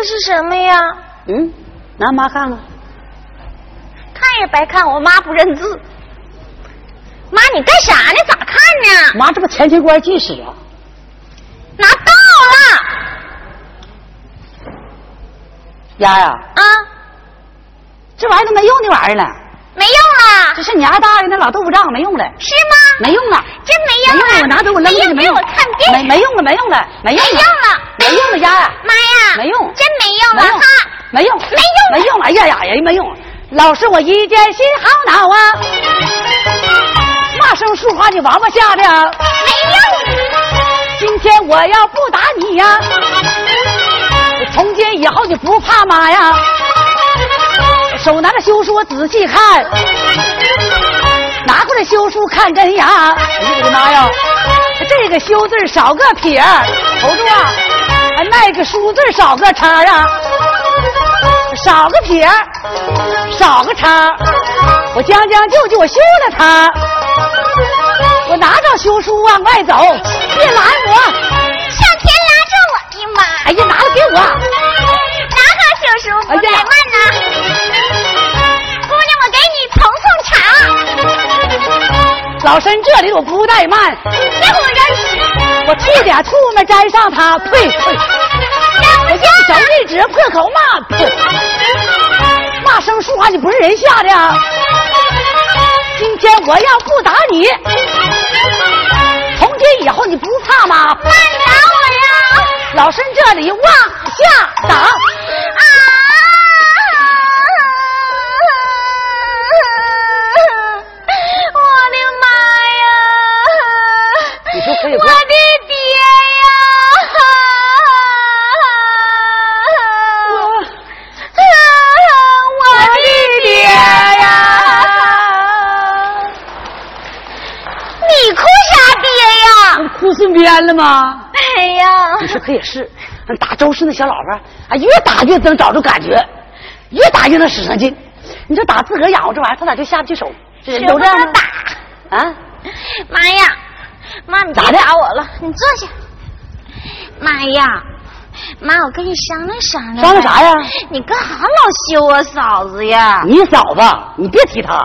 个是什么呀？
嗯，拿妈看看。
看也白看，我妈不认字。妈，你干啥呢？咋看呢？
妈，这不前清官进史啊？
拿到了
丫呀，
啊，
这玩意儿都没用那玩意儿了，
没用
这
了，
是你二大爷那老豆腐账没用了，
是吗？
没用了，
真没
没用
用了。
了，我拿走我扔
没
下去
用
没
给
用
我
了
看电
没
视。
没用了，没用了，没用啊
没用了
没用了，丫呀，
妈呀，
没用
真没用
没
了
用
哈。，
没用，
没用了啊
没用了，哎呀呀，哎呀，没用，老是我一见心好恼啊，骂声树花你王八下的，
没
今天我要不打你呀、从今以后你不怕妈呀，手拿着休书我仔细看。拿过来休书看根牙，哎呦我的妈呀！这个休字少个撇儿，头住啊！哎那个书字少个叉啊，少个撇儿，少个叉，我将将就就我休了他，我拿着休书往外走，别拦我！
用，上天拉住我的妈！
哎呀，拿了给我！
拿
哎
好叔叔，不怠慢呐。姑娘，我给你捧捧茶。
老身这里我不怠慢，
别我扔屎！
我吐点吐沫沾上它，呸呸！
让
我
我
用手一指破口骂，呸！骂声说话你不是人吓的啊！今天我要不打你，从今以后你不怕吗？
慢打我呀！
老身这里往下打，
啊！我的妈呀！
你说可以
我
不？
的爹呀！啊，我的爹呀！你哭啥爹呀？
哭顺边了吗？
哎呀，
你说可也是，打周氏那小老婆，啊，越打越能找着感觉，越打越能使上劲。你说打自个儿养活这玩意儿，他咋就下不去手？这人都这样
舍
吗
不得？打
啊，
妈呀！妈，你别
咋的啊
打我了，你坐下。妈呀！妈，我跟你商量商量呗。
商量啥呀
你干啥老羞我嫂子呀？
你嫂子，你别提她，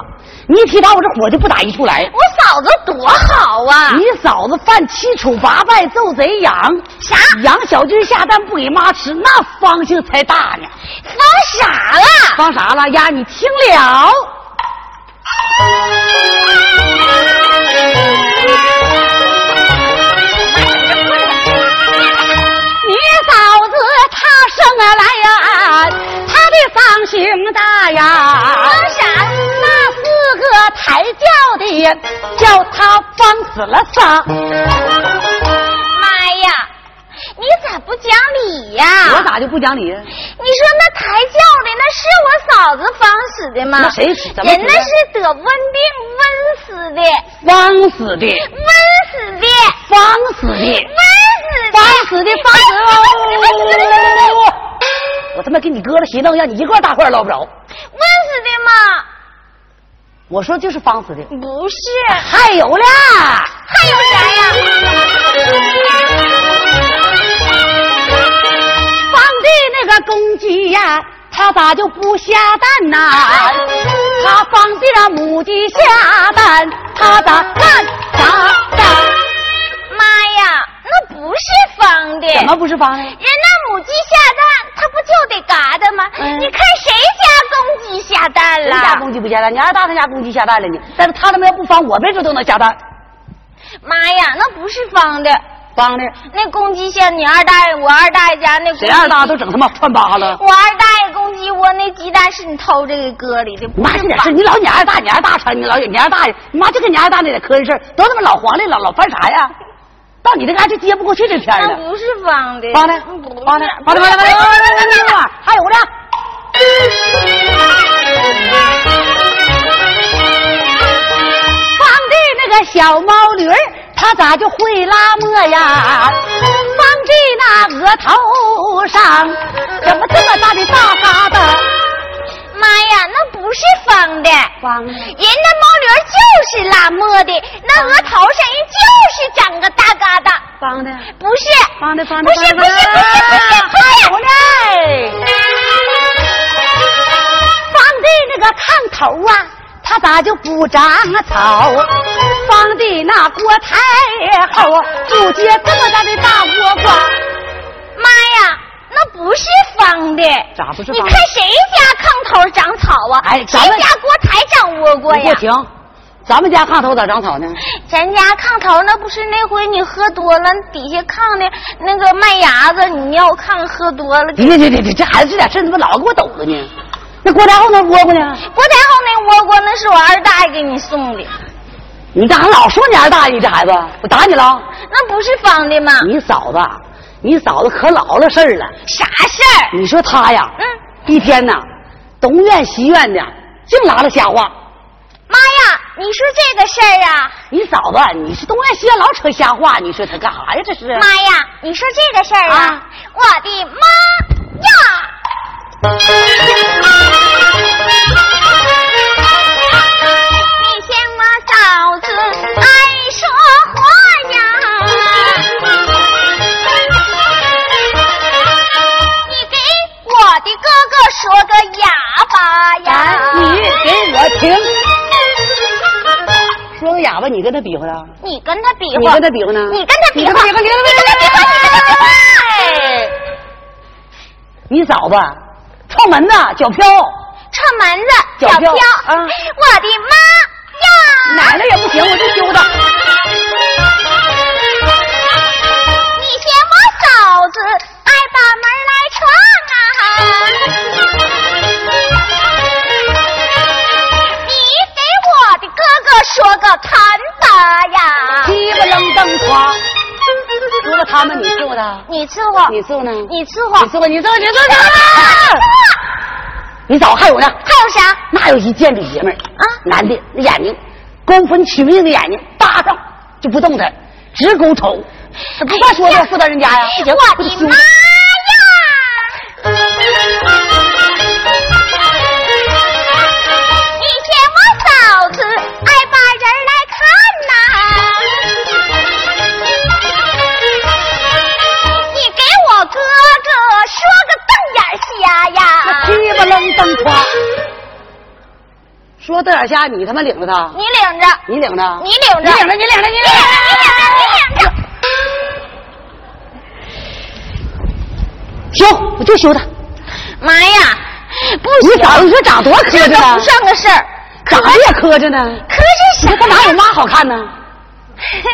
你一提她，我这火就不打一处来。
我嫂子多好啊！
你嫂子犯七处八拜，揍贼养
啥
养小鸡下蛋不给妈吃，那方性才大呢。
放傻了！
方啥了呀？你听了？你嫂子她生来呀，她的伤心大呀
放。傻了！
那四个抬轿的叫她方死了仨，
妈呀！你咋不讲理呀？
我咋就不讲理？
你说那抬轿的那是我嫂子方死的吗？
那谁死怎么死
人
的
那是得瘟病瘟死的，
方死的，
瘟死的，
方死的，
瘟死的，
方死的，方死的！
瘟
我他妈给你搁了鞋弄，让你一个大块捞不着。
死的吗？
我说就是方死的，
不是，
还有啦，
还有啥呀？
方的那个公鸡呀、它咋就不下蛋呐、它放的那母鸡下蛋，它咋干啥蛋？
妈呀，那不是帮的。
怎么不是帮呢？
人那母鸡下蛋，它不就得嘎达吗？
嗯
你看谁家公鸡下蛋
人
了？
家公鸡不下蛋，你二大他家公鸡下蛋了呢。但是他他妈要不放，我辈子都能下蛋。
妈呀，那不是方的，
帮的
那公鸡下你二大爷，我二大爷家那公鸡
谁二大都整他妈串八了。
我二大爷公鸡窝那鸡蛋是你偷这个哥里的，不
妈，
是
这点
方
事你老撵二大，撵二大穿，你老撵二大爷，你妈就跟撵二大那点磕碜事儿都他妈老黄历老老犯啥呀？到你这嘎就接不过去这片儿
那
了。
不是方的，
帮的
嗯不是，
帮的，帮的，帮的，帮的，帮的，帮的，还有呢？方的那个小毛驴儿，它咋就会拉磨呀？方的那额头上怎么这么大的大疙瘩？
妈呀，那不是方的，
方的
人那毛驴就是拉磨的，那额头上人就是长个大疙瘩，
方的，
不是，
方的，方的，
不是，不是，不是，不是，不是。
放的那个炕头啊，它咋就不长草？放的那锅台后就结这么大的大窝瓜。
妈呀，那不是方的，
咋不是
你
方的
看谁家炕头长草啊？
哎
谁
咱们
家锅台长窝瓜
你给
呀
我？停！咱们家炕头咋长草呢？
咱家炕头那不是那回你喝多了，底下炕的那个麦芽子，你尿炕喝多了，
你这这这这这孩子这点事儿怎么老给我抖着呢？那锅台后那窝瓜呢？
锅台后那窝瓜那是我二大爷给你送的，
你咋还老说你二大爷呢？这孩子，我打你了？
那不是方的吗？
你嫂子，你嫂子可老了事儿了。
啥事儿？
你说她呀，
嗯，
一天呐，东怨西怨的，净拉拉瞎话。
妈呀，你说这个事儿啊？
你嫂子，你是东院西院老扯瞎话，你说他干啥呀？这是
妈呀，你说这个事儿啊，
啊
我的妈呀！你嫌我嫂子爱说话呀？你给我的哥哥说个哑巴呀？
啊你给我听，说个哑巴，你跟他比划了？
你跟他比划，
你跟他比划呢
你跟他比划，
你跟他比划
你跟他比划，你跟他比划，哎
你嫂子，串门子，脚飘，
啊串门子，
脚
飘，
飘啊
我的妈呀！
奶奶也不行，我就揪他。
你嫌我嫂子爱把门来闯啊！你给我的哥哥说个砍打呀！
鸡巴楞噔夸，除了他们，你伺候他，
你伺候，
你伺候呢？
啊你伺
你
候，
伺候，你伺候，你伺候他。你嫂子还有呢？
还有啥？
那有一见这爷们儿
啊
男的那眼睛，公分取命的眼睛，搭上就不动弹，直勾瞅，他不怕说
哎
他
呀
负担人家呀，不行，
我
不得
的
凶
妈
他
呀！你嫌我嫂子爱把人来看呐、你给我哥哥说个瞪眼瞎
那
呀！
踢吧楞蹬夸，说这点瞎，你他妈领着他，
你领着，
你领着，
你领着，哎
你领着，你领着，你
你
领着。
领着，你领着，你领着。
休，我就休他。
妈呀，不
你
行，
嫂子，你说长多磕碜
这
呢
不，算个事儿，
长得也磕碜呢。
可是
你
啥
说他哪有妈好看呢？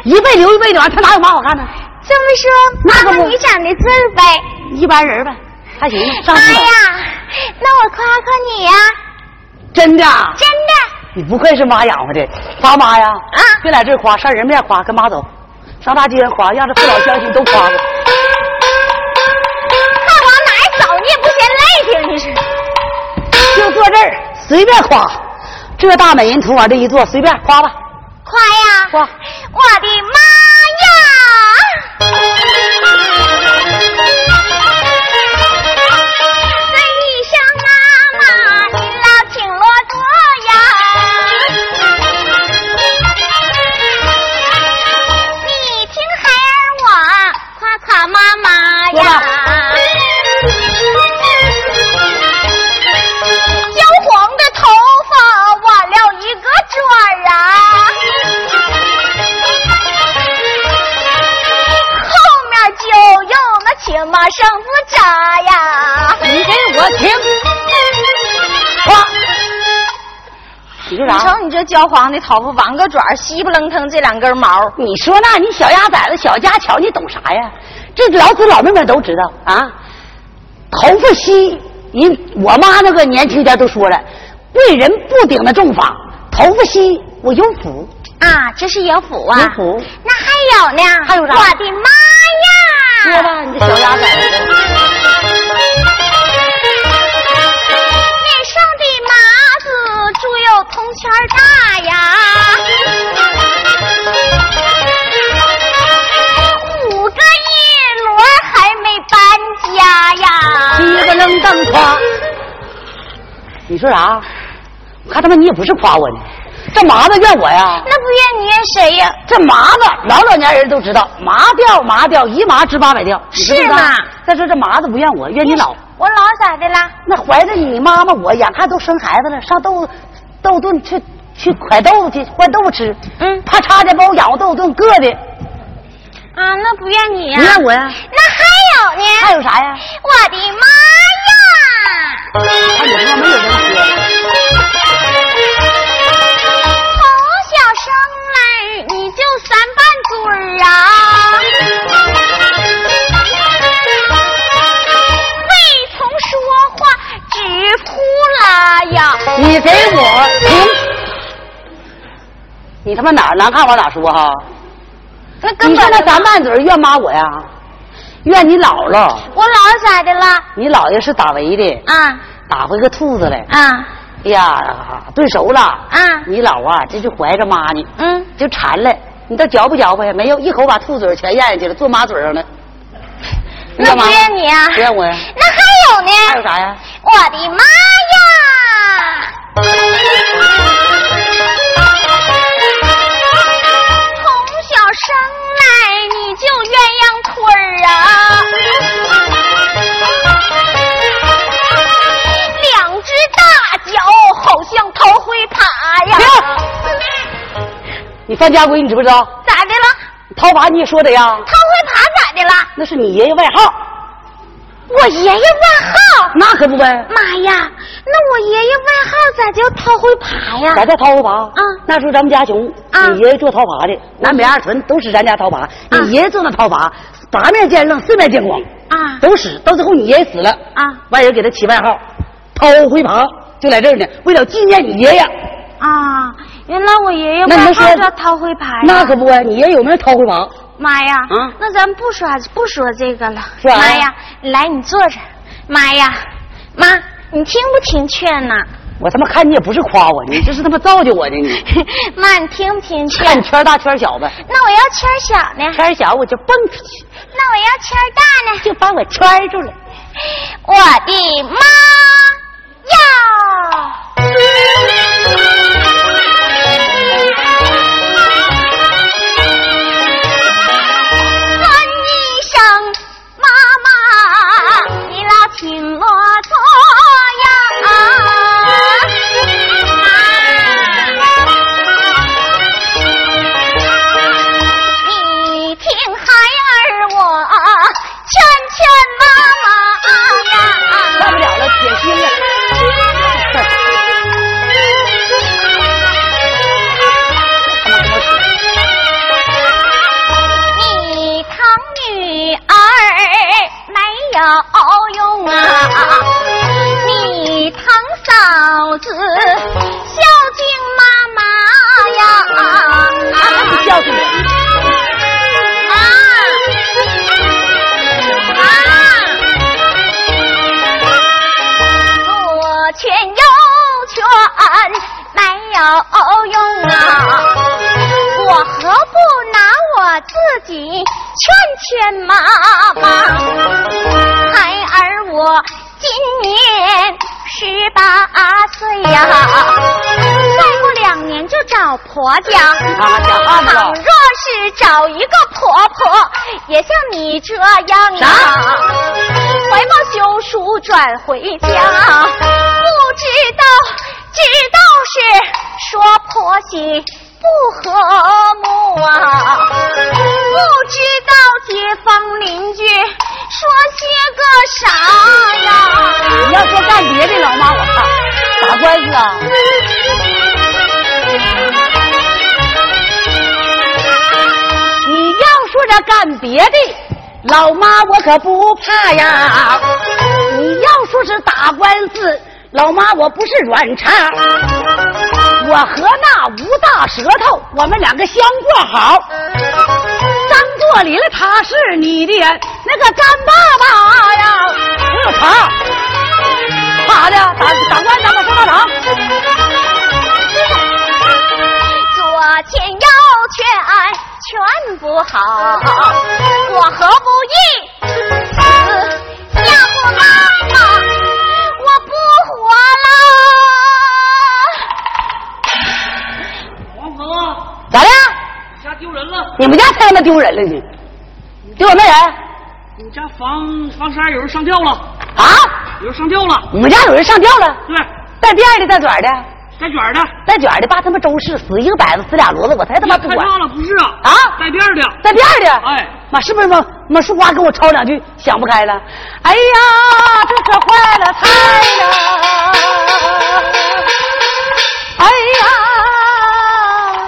一辈留一辈子，完他哪有妈好看呢？
这么说，
那
妈
可
妈
不
你长得最呗？
一般人呗，还行吧。上
妈
去吧，
呀，那我夸夸你呀、
真的啊。
真的，
你不愧是妈养活的，夸妈呀！
啊
别在这儿夸，上人面夸，跟妈走，上大街上夸，让这父老乡亲都夸夸。
再往哪儿走你也不嫌累挺，你是？
就坐这儿，随便夸，这大美人图往这一坐，随便夸吧。
夸呀！
夸
我的妈呀！这一声妈妈，您老请落座呀！你听孩儿我夸夸妈妈
说
呀
吧！
焦黄的头发挽了一个卷儿啊，后面就又把绳子扎呀！
你给我停！你说
你瞅
啥？
你这焦黄的头发，网个卷儿，稀不楞腾这两根毛，
你说那，你小鸭崽子、小家巧，你懂啥呀？这老子老妹们都知道啊。头发稀，人我妈那个年轻一点都说了，贵人不顶的重法，头发稀我有福。
啊，这是有福
有
啊！
福
那还有呢？
还有啥
我的
说
妈呀！
吧，你这小鸭崽子。
脸上的麻子猪有铜钱儿大呀，五个一摞还没搬家
七
呀。
个愣当夸。你说啥？我看他妈你也不是夸我呢，这麻子怨我呀？
那不怨你怨谁呀？
这麻子老老年人都知道，麻掉麻掉，一麻值八百吊，你知不知道
是吗？
再说这麻子不怨我，怨你老。
我老咋的啦？
那怀着你妈妈我，眼看都生孩子了，上豆豆炖去去快豆腐去换豆腐吃，
嗯
啪嚓的把我养活豆腐炖硌的，
啊，那不怨你
你
呀、
怨我呀？
那还有呢？
还有啥呀？
我的妈呀！
哎呀，那没有人说，
从小生来你就三瓣嘴儿啊，未曾说话直扑啦呀，
你给我停！你他妈哪儿难看往哪儿说哈、
那
你
根
看那
本
咱拌嘴儿怨骂我呀，怨你姥姥，
我姥姥咋的了？
你姥爷是打围的，
啊
打回个兔子来，
啊
哎呀，炖熟了，
啊
你姥啊这就怀着妈呢，
嗯，
就馋了，你倒嚼不嚼吧呀？没有，一口把兔嘴儿全咽下去了，坐妈嘴上了。你
那
干嘛
不怨你啊？哎
不怨 我呀？
那还有呢？
还有啥呀？
我的妈呀！从小生来你就鸳鸯腿儿啊，两只大脚好像头会爬呀。
你犯家规你知不知道？
咋的了？
掏娃你也说的呀？
头会爬咋的了？
那是你爷爷外号，
我爷爷外号。
那可不呗。
妈呀，那我爷爷外号咋叫头会爬呀？
在这掏爬啊
嗯
那时候咱们家穷，
啊
你爷爷做掏爬的，南北二屯都使咱家掏爬，
嗯
你爷爷做那掏爬，八面见愣，四面见光，
啊
都使。到最后你爷爷死了，
啊
外人给他起外号“掏灰爬”，就在这儿呢。为了纪念你爷爷，
啊！原来我爷爷
那你能
外号
说
叫桃灰牌。啊
那可不呗，你爷爷有名掏灰爬。
妈呀！
嗯
那咱不说不说这个了。
说啥呀
妈呀，来你坐着。妈呀，妈，你听不听 劝呐？
我他妈看你也不是夸我，你这是他妈造就我呢，你
妈，你听不听
看你
劝？
圈儿大圈儿小呗，
那我要圈儿小呢
圈，儿小我就蹦出去，
那我要圈儿大呢，
就把我圈儿住了。
我的妈呀！喊一声妈妈，你老听我说呀，你听孩儿我劝劝妈妈呀。
干不了了，铁心了。
你疼女儿没有用啊，你疼嫂子孝敬妈妈呀。啊
你孝敬我
妈啊妈，左拳右拳没有用啊！我何不拿我自己劝劝妈妈？孩儿我今年十八岁呀、再过两年就找婆家。
啊小汉子
倘若是找一个婆婆，也像你这样啊，怀抱休书转回家，不知道知道是说婆媳不和睦啊，不知道街坊邻居说些个啥呀？
你要说干别的，老妈我操，打官司啊？你要说这干别的，老妈我可不怕呀。你要说是打官司，老妈我不是软茬。我和那吴大舌头，我们两个相过好。张作霖他是你的那个干爸爸呀，我有茬，咋的？打打官司咱们上大堂。
左天右劝全不好，我何不义？要不妈妈，我不活了。
王婆，
咋的？
你家丢人了，
你们家才他妈丢人了呢！丢什么人？
你家房房山有人上吊了，
啊？
有人上吊了，
我们家有人上吊了，
对，
带辫儿的，带卷儿的，
带卷儿的，
带卷儿的，爸他妈周氏死一个摆子死俩骡子，我才他妈不
看
管。
岔了，不是啊，
啊
带辫儿的，
带辫儿的，
哎
妈是不是妈妈树花跟我吵两句想不开了？哎呀，这可坏了菜了！哎呀，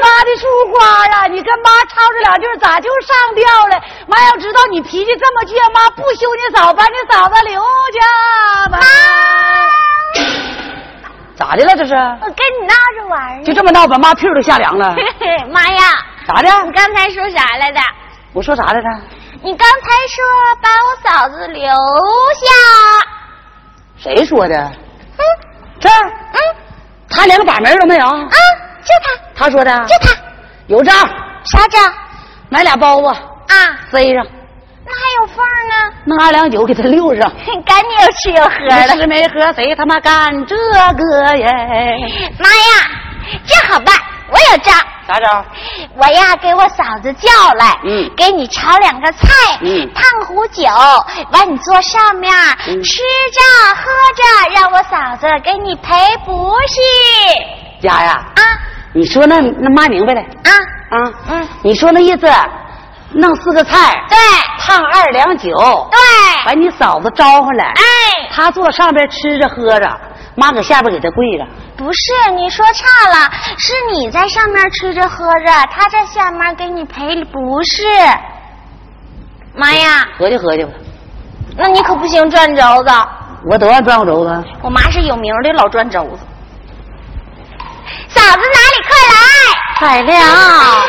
妈的树花啊，你跟妈吵这两句咋就上吊了？妈要知道你脾气这么倔，妈不休你嫂，把你嫂子留下吧。咋的了这是？
我跟你闹着玩
就这么闹，把妈屁股都吓凉 了？
呢。妈呀，
咋的？
你刚才说啥来着？
我说啥来着？
你刚才说把我嫂子留下，
谁说的？
嗯
这儿，
嗯
他连个把门都没有。
啊，就他，
他说的，
就他，
有账，
啥账
买俩包子
啊？
塞上，
那还有缝儿呢，
弄二两酒给他溜上。
赶紧有吃有喝
啊
没
的。
吃没喝，谁他妈干这个呀？
妈呀，这好办，我有账。
啥招？
我呀，给我嫂子叫来，
嗯
给你炒两个菜，
嗯
烫壶酒，完你坐上面，
嗯
吃着喝着，让我嫂子给你赔不是
家呀，
啊
你说那那妈明白了
啊，
啊？
嗯，
你说那意思，弄四个菜，
对
烫二两酒，把
对，
你嫂子招回来，
哎，
她坐上边吃着喝着，妈搁下边给她跪着。
不是你说差了，是你在上面吃着喝着，他在下面给你赔不是。妈呀，
合计合计吧，
那你可不行，转轴子。
我多少转过轴子？
我妈是有名儿的老转轴子。嫂子哪里？快来！啊
海亮，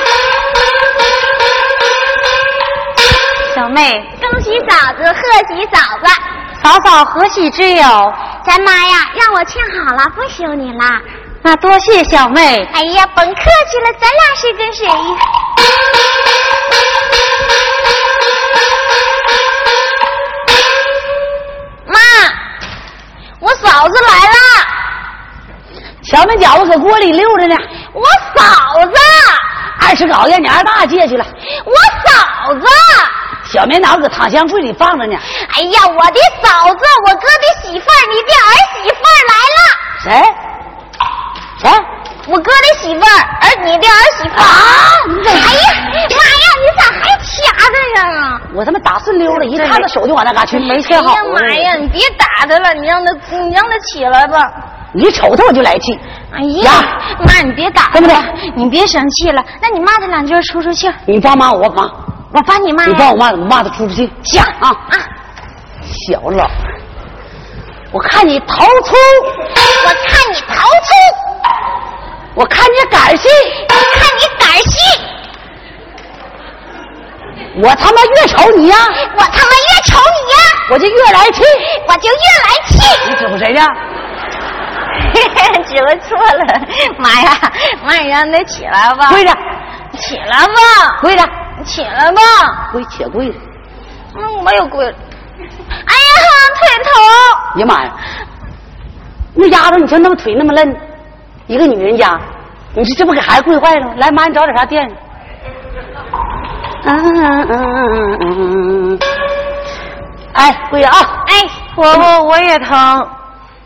小妹，
恭喜嫂子，贺喜嫂子！
嫂嫂何喜之有？
咱妈呀，让我劝好了，不休你啦。
那多谢小妹。
哎呀，甭客气了，咱俩谁跟谁呀？妈，我嫂子来了，
小门饺子搁锅里溜着呢，
我嫂子，
二十镐让你二大借去了。
我嫂子。
小棉袄搁躺箱柜里放着呢。
哎呀，我的嫂子，我哥的媳妇儿，你的儿媳妇儿来了。
谁？谁？
我哥的媳妇儿，儿你的儿媳妇儿。哎呀，妈呀，你咋还掐他呀？
我他妈打顺溜了，一看他手就往那嘎去，没
哎
看好。
呀妈呀，！你别打他了，你让他，你让他起来吧。
你瞅他我就来气。
哎呀
呀，
妈，你别打他
对不对
了，你别生气了。那你骂他两句，出出气儿。
你帮妈，我帮忙。
我帮你骂
你
哎呀。
帮我骂，我骂他出不去。
行
啊
啊，
小老，我看你头粗，
我看你逃出，
我看你杆细，
我看你胆儿细，
我他妈越瞅你呀、
我他妈越瞅你呀，
我就越来气。
我就越来气。
你指挥谁呢？
指挥错了，妈呀，妈，你让他起来吧，
跪着，
起来吧，
跪着，
起来吧，
跪且跪着。
那我又跪了，哎呀，腿疼，
哎呀妈呀！那丫头，你说那么腿那么嫩，一个女人家，你这这不给孩子跪坏了？来，妈，你找点啥垫？嗯嗯嗯嗯嗯。哎，跪着啊！
哎，
婆婆，我也疼，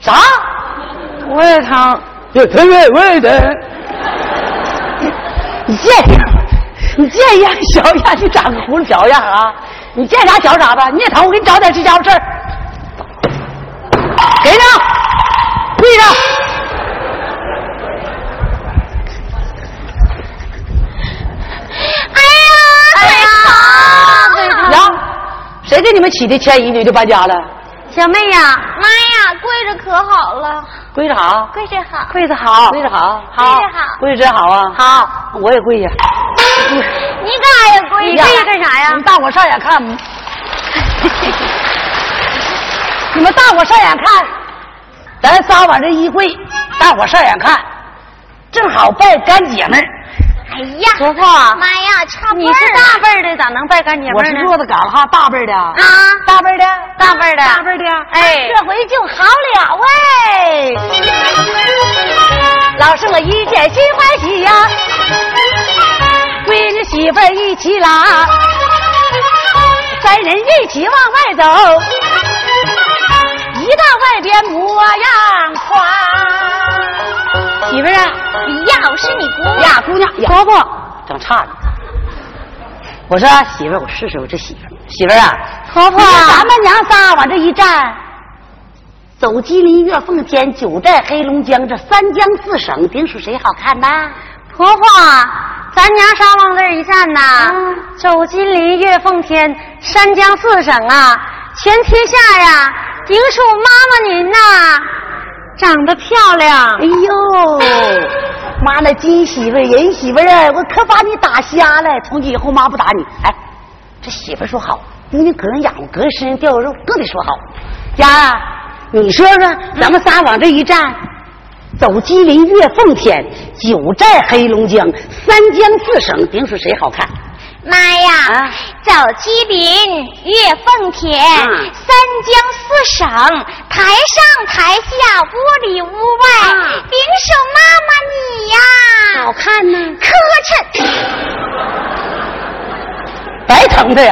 啥？
我也疼。
也疼也喂的。你这样，你这样小样，你长个葫芦小样啊！你见啥嚼啥吧，你也疼，我给你找点这家伙事儿。给上，跪上。
哎呀，腿疼！
哎呀，谁给你们起的迁移你就搬家了？
小妹呀，
妈呀，跪着可好了，
跪着好，
跪着好。
跪着好，跪着好，
好
跪着真好啊！好，我也跪下。
你干啥呀，跪
跪
着？
下干啥呀？你们大伙上眼看， 你们大伙上眼看，咱仨往这一跪，大伙上眼看，正好拜干姐们儿。
哎呀，
伯父啊
妈呀，差辈
你是
儿
大
了
辈儿的，咋能拜干姐
我
妹
是
呢？
做的岗哈，大辈儿的，
啊！
大辈儿的，
大辈儿的，
大辈儿的。啊
哎，
这回就好了喂。
老是我一见心欢喜呀、闺女媳妇儿一起拉，三人一起往外走，一到外边模样夸。媳妇儿啊，
呀，我是你姑娘。
呀，姑娘，婆婆，整差了。我说媳妇儿，我试试我这媳妇儿。媳妇儿啊，
婆婆
你看咱们娘仨往这一站，走鸡林、越凤间、九寨、黑龙江这三江四省，顶数谁好看呢？
婆婆，咱娘仨往这儿一站呐，
嗯
走金林，越凤天，三江四省啊，全天下呀，顶属妈妈您呐，长得漂亮
哎。呦，妈那金媳妇儿、人媳妇儿啊，我可把你打瞎了。从今以后，妈不打你。哎，这媳妇儿说好，姑娘搁人养活，搁人身上掉肉，更得说好。丫啊，你说说，咱们仨往这一站，走鸡林、越凤天、九寨、黑龙江、三江四省，顶数谁好看？
妈呀，
啊
走鸡林，越凤田，
嗯
三江四省，台上台下，屋里屋外，
嗯
啊
顶手妈妈你呀，
好看呢，
磕碜！
白疼他呀，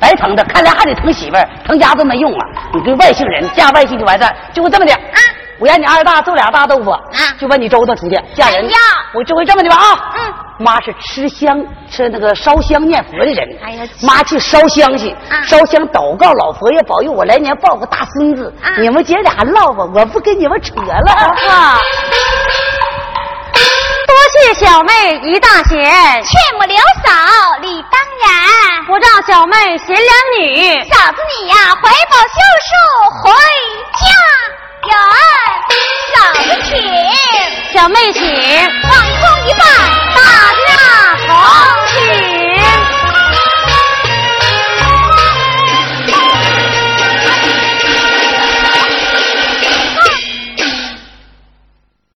白疼他。看来还得疼媳妇儿，疼家都没用啊。你跟外姓人嫁外姓就完蛋，就这么的啊。我让你二大做俩大豆腐啊就把你周到出去嫁人。
哎呀
我这回这么的吧啊，
嗯，
妈是吃香吃那个烧香念佛的人，
哎呀
妈去烧香去，
啊
烧香祷告老佛爷保佑我来年抱个大孙子。
啊
你们姐俩唠吧，我不跟你们扯了。
啊，多谢小妹一大贤，
切莫留嫂，理当然。
不让小妹贤良女。
嫂子你呀，怀抱旧术回家园。嫂子请
小妹请。
往空一拜，大家好。